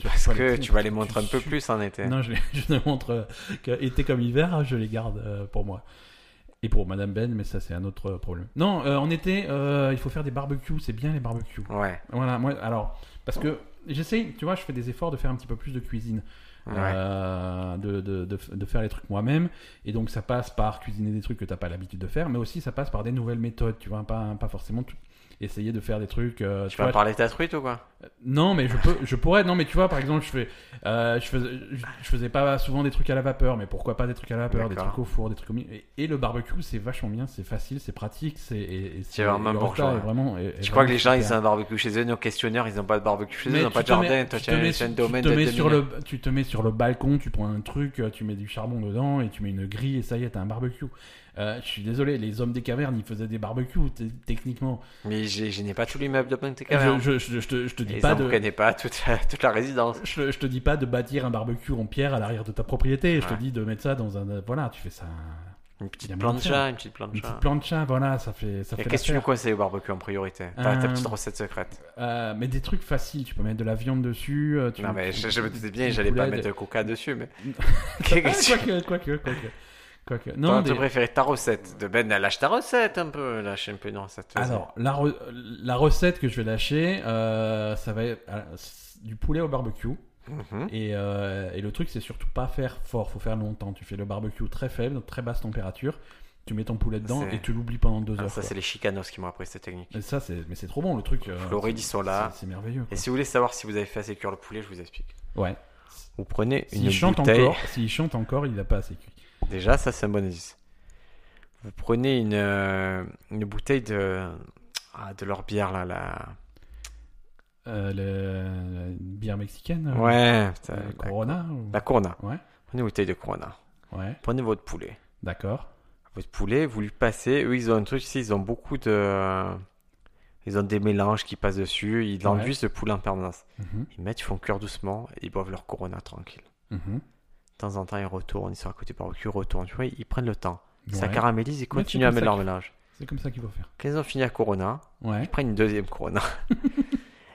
Parce
Sur-
que tu vas les montrer un peu
su-
plus en été.
Non, je, les- je ne montre euh, que été comme hiver, hein, je les garde euh, pour moi. Et pour Madame Ben, mais ça c'est un autre euh, problème. Non, euh, en été, euh, il faut faire des barbecues, c'est bien les barbecues.
Ouais.
Voilà, moi, alors, parce que j'essaye, tu vois, je fais des efforts de faire un petit peu plus de cuisine,
ouais.
euh, de, de- de f- de faire les trucs moi-même, et donc ça passe par cuisiner des trucs que t'as pas l'habitude de faire, mais aussi ça passe par des nouvelles méthodes, tu vois, pas, pas forcément tout. essayer de faire des trucs. euh,
Tu
tu vois,
vas parler de ta truite ou quoi
Non, mais je peux, je pourrais. Non, mais tu vois, par exemple, je fais, euh, je faisais, je, je faisais pas souvent des trucs à la vapeur, mais pourquoi pas des trucs à la vapeur, des
D'accord.
trucs au four, des trucs au mi- et, et le barbecue, c'est vachement bien, c'est facile, c'est pratique, c'est. et- et c'est-
vraiment
le
bon
repas
genre,
est
hein.
vraiment. est- est
Je crois que les gens,
vraiment
ils ont
super.
un barbecue chez eux, nos questionneurs, ils ont pas de barbecue chez eux,
Mais
ils n'ont
tu
pas de
te mets-
jardin. Toi,
tu
tu
te mets
as
sur-
un
tu
domaine
te
de
mets sur
2000.
le, tu te mets sur le balcon, tu prends un truc, euh, tu mets du charbon dedans et tu mets une grille et ça y est, t'as un barbecue. Euh, je suis désolé, les hommes des cavernes, ils faisaient des barbecues t- techniquement.
Mais j'ai- je n'ai pas tout l'immeuble de Ponte
Je,
hein. Caverne.
je, je, je te, je te dis
Ils
pas
n'en
de,
prenaient pas toute la, toute la résidence.
je, je te dis pas de bâtir un barbecue en pierre à l'arrière de ta propriété. Je te
Ouais.
dis de mettre ça dans un, euh, voilà, tu fais ça,
Une
Il y a
petite
moyen de
plancha, une petite
une
plancha.
petite plancha, voilà, ça fait, ça
Et
fait.
qu'est-ce que tu nous
l'affaire.
conseilles au barbecue en priorité T'as ta
Euh,
petite recette secrète.
Euh, mais des trucs faciles, tu peux mettre de la viande dessus. euh, Tu,
non, mais
tu-
je, je me disais bien,
tu
j'allais pas
voulais
mettre de coca dessus, mais.
Ah,
Qu'est-ce que tu-
Quoique, quoique, quoique, quoique.
Toi,
Non,
tu
des-
préférais ta recette. De Ben, lâche ta recette un peu. Lâche un peu une recette. vas-y.
Alors, la, re- la recette que je vais lâcher, euh, ça va être euh, s- du poulet au barbecue.
Mhm.
Et, euh, et le truc, c'est surtout pas faire fort, faut faire longtemps. Tu fais le barbecue très faible, donc très basse température. Tu mets ton poulet dedans
C'est-
et tu l'oublies pendant deux
Ah,
heures.
ça,
quoi.
c'est les chicanos qui m'ont appris cette technique.
Et ça, c'est mais c'est trop bon le truc. euh,
Floride,
c'est-
ils sont là.
c'est- C'est merveilleux. quoi.
Et si vous voulez savoir si vous avez fait assez cuire le poulet, je vous explique.
Ouais.
Vous prenez une
S'il chante
bouteille.
encore, s'il chante encore, il n'a pas assez cuit.
Déjà, ça, c'est un bon indice. Vous prenez une, euh, une bouteille de, ah, de leur bière, là. là.
Euh, le- la bière mexicaine. euh,
Ouais, putain,
euh,
la-
Corona. ou-
La Corona.
Ouais.
Prenez une bouteille de Corona.
Ouais.
Prenez votre poulet.
D'accord.
Votre poulet, vous lui passez. Eux, ils ont un truc ici, ils ont beaucoup de. Ils ont des mélanges qui passent dessus. Ils
Ouais.
enduisent le poulet en permanence.
Mhm,
Ils mettent, ils font cuire doucement et ils boivent leur Corona tranquille.
mhm.
De temps en temps, ils retournent, ils sont à côté par barbecue, ils retournent. Tu vois, ils prennent le temps. Ça
Ouais.
caramélise, ils
comme
continuent à mettre
ça
leur
que-
mélange.
C'est comme ça qu'il faut faire.
Quand ils ont fini à Corona,
Ouais.
ils prennent une deuxième Corona.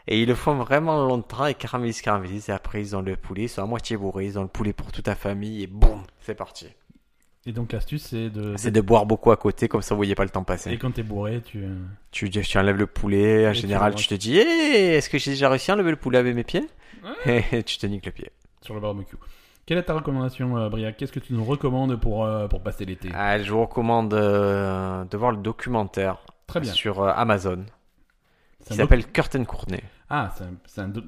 et ils le font vraiment longtemps, ils caramélisent, caramélisent. Et après, ils ont le poulet, ils sont à moitié bourrés, ils ont le poulet pour toute la famille. Et boum, c'est parti.
Et donc l'astuce, c'est de.
C'est de boire beaucoup à côté, comme ça vous voyez pas le temps passer.
Et quand t'es bourré, tu. euh,
Tu, tu enlèves le poulet, en
tu
général
le
tu te dis Hey, est-ce que j'ai déjà réussi à enlever le poulet avec mes pieds Et tu te niques le pied.
sur le barbecue. Quelle est ta recommandation, euh, Briac Qu'est-ce que tu nous recommandes pour, euh, pour passer l'été
Ah, je vous recommande euh, de voir le documentaire
Très bien.
sur euh, Amazon
C'est
qui
un
s'appelle Curtain Courtney.
doc- Ah, c'est un, c'est un do-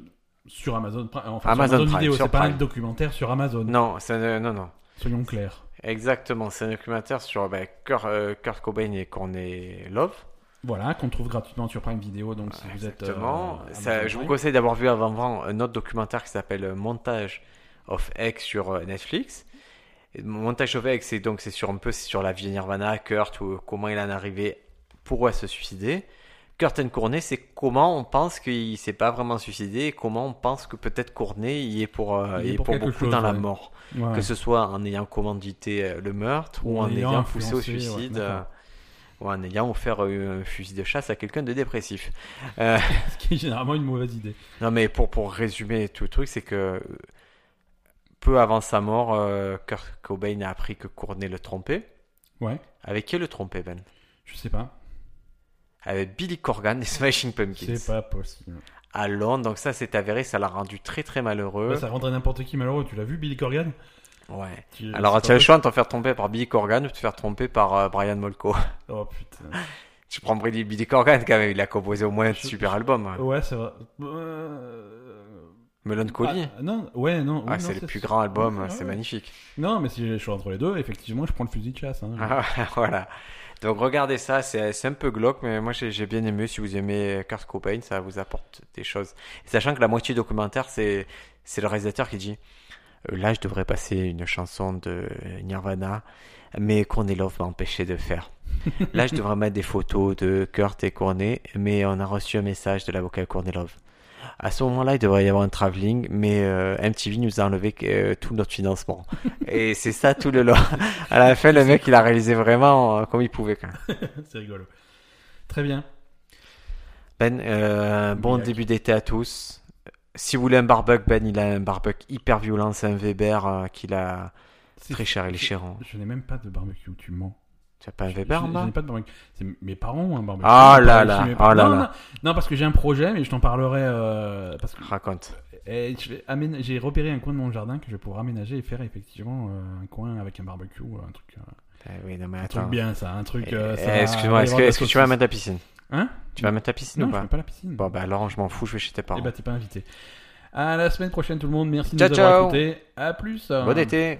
sur Amazon, Pri- enfin, sur
Amazon
Amazon
Prime,
Vidéo,
sur
c'est pas un
Prime.
documentaire sur Amazon.
Non, c'est un- non, non.
Soyons clairs.
Exactement, c'est un documentaire sur ben, Kurt, euh, Kurt Cobain et Courtney Love.
Voilà, qu'on trouve gratuitement sur Prime Vidéo, donc si vous êtes. euh,
Exactement.
Amazon
Ça, je vous
Prime.
conseille d'avoir vu avant-avant un autre documentaire qui s'appelle Montage of X sur euh, Netflix. Et Montage of X, c'est donc c'est sur un peu c'est sur la vie de Nirvana, Kurt, ou comment il en est arrivé, pourquoi se suicider. Kurt and Courtney, c'est comment on pense qu'il s'est pas vraiment suicidé, et comment on pense que peut-être Courtney y est pour, euh,
Il y est
y est
pour
pour
quelque
beaucoup
chose,
dans la
ouais.
mort,
Ouais.
que ce soit en ayant commandité euh, le meurtre ou
Ou en
en,
ayant
ayant poussé au
influencé, ouais,
suicide.
d'accord.
euh, ou en ayant offert euh, un fusil de chasse à quelqu'un de dépressif. Euh,
Ce qui est généralement une mauvaise idée.
non, mais pour, pour résumer tout le truc, c'est que euh, peu avant sa mort, euh, Kurt Cobain a appris que Courtney le trompait.
Ouais,
Avec qui le trompait, Ben
je sais pas.
Avec Billy Corgan et Smashing Pumpkins.
C'est pas possible.
À Londres, donc ça s'est avéré, ça l'a rendu très très malheureux.
Ouais, ça rendrait n'importe qui malheureux. Tu l'as vu, Billy Corgan
Ouais.
Tu-
Alors,
c'est
tu as
pas
le choix de te faire tromper par Billy Corgan ou de te faire tromper par euh, Brian Molko.
possible. Oh putain.
tu prends Billy, Billy Corgan quand même, il a composé au moins un
Je- Oh.
super album. hein.
Ouais, c'est vrai. Euh,
Melancholy.
ah, non, ouais, non.
Ah,
oui, non,
c'est le plus grand album,
ouais,
c'est
ouais.
magnifique.
Non, mais si j'ai le choix entre les deux, effectivement, je prends le fusil de chasse. hein.
Ah, voilà. Donc regardez ça, c'est c'est un peu glauque, mais moi j'ai j'ai bien aimé. Si vous aimez euh, Kurt Cobain, ça vous apporte des choses. Sachant que la moitié du documentaire, c'est c'est le réalisateur qui dit euh, Là, je devrais passer une chanson de Nirvana, mais Courtney Love m'a empêché de le faire. Là, je devrais mettre des photos de Kurt et Courtney, mais on a reçu un message de l'avocat Courtney Love. À ce moment-là, il devrait y avoir un travelling, mais euh, MTV nous a enlevé euh, tout notre financement. Et c'est ça tout le long. À la fin, le mec, il a réalisé vraiment euh, comme il pouvait. Quand même.
c'est rigolo. Très bien.
Ben, euh, bon
Miracle.
début d'été à tous. Euh, Si vous voulez un barbecue, Ben, il a un barbecue hyper violent. C'est un Weber euh, qu'il a
C'est-
très cher. Il est cher. hein.
Je n'ai même pas de barbecue, tu mens.
Tu as pas un
Je-
Weber
je-
en
je
bas
n'ai pas de barbecue. C'est mes parents ont un barbecue.
Ah
Mes
là
parents,
là,
chez mes
ah
parents.
là
non,
là.
non, non, parce que j'ai un projet, mais je t'en parlerai. euh, parce que
Raconte.
eh, je vais amén- j'ai repéré un coin de mon jardin que je vais pouvoir aménager et faire effectivement euh, un coin avec un barbecue, un truc, euh,
Eh oui, non, mais
un truc
attends.
bien ça, un truc.
Eh,
euh,
eh,
ça-
Excuse-moi, est-ce que,
avoir de la
est-ce que tu vas
saucisse.
mettre la piscine
Hein
Tu vas mettre ta piscine
Non,
ou
je
pas
mets pas la piscine.
Bon, bah alors, je m'en fous, je vais chez tes
Eh
parents.
bah, t'es pas invité. À la semaine prochaine, tout le monde. Merci de
Ciao,
nous avoir
ciao.
écoutés. À plus.
Bon été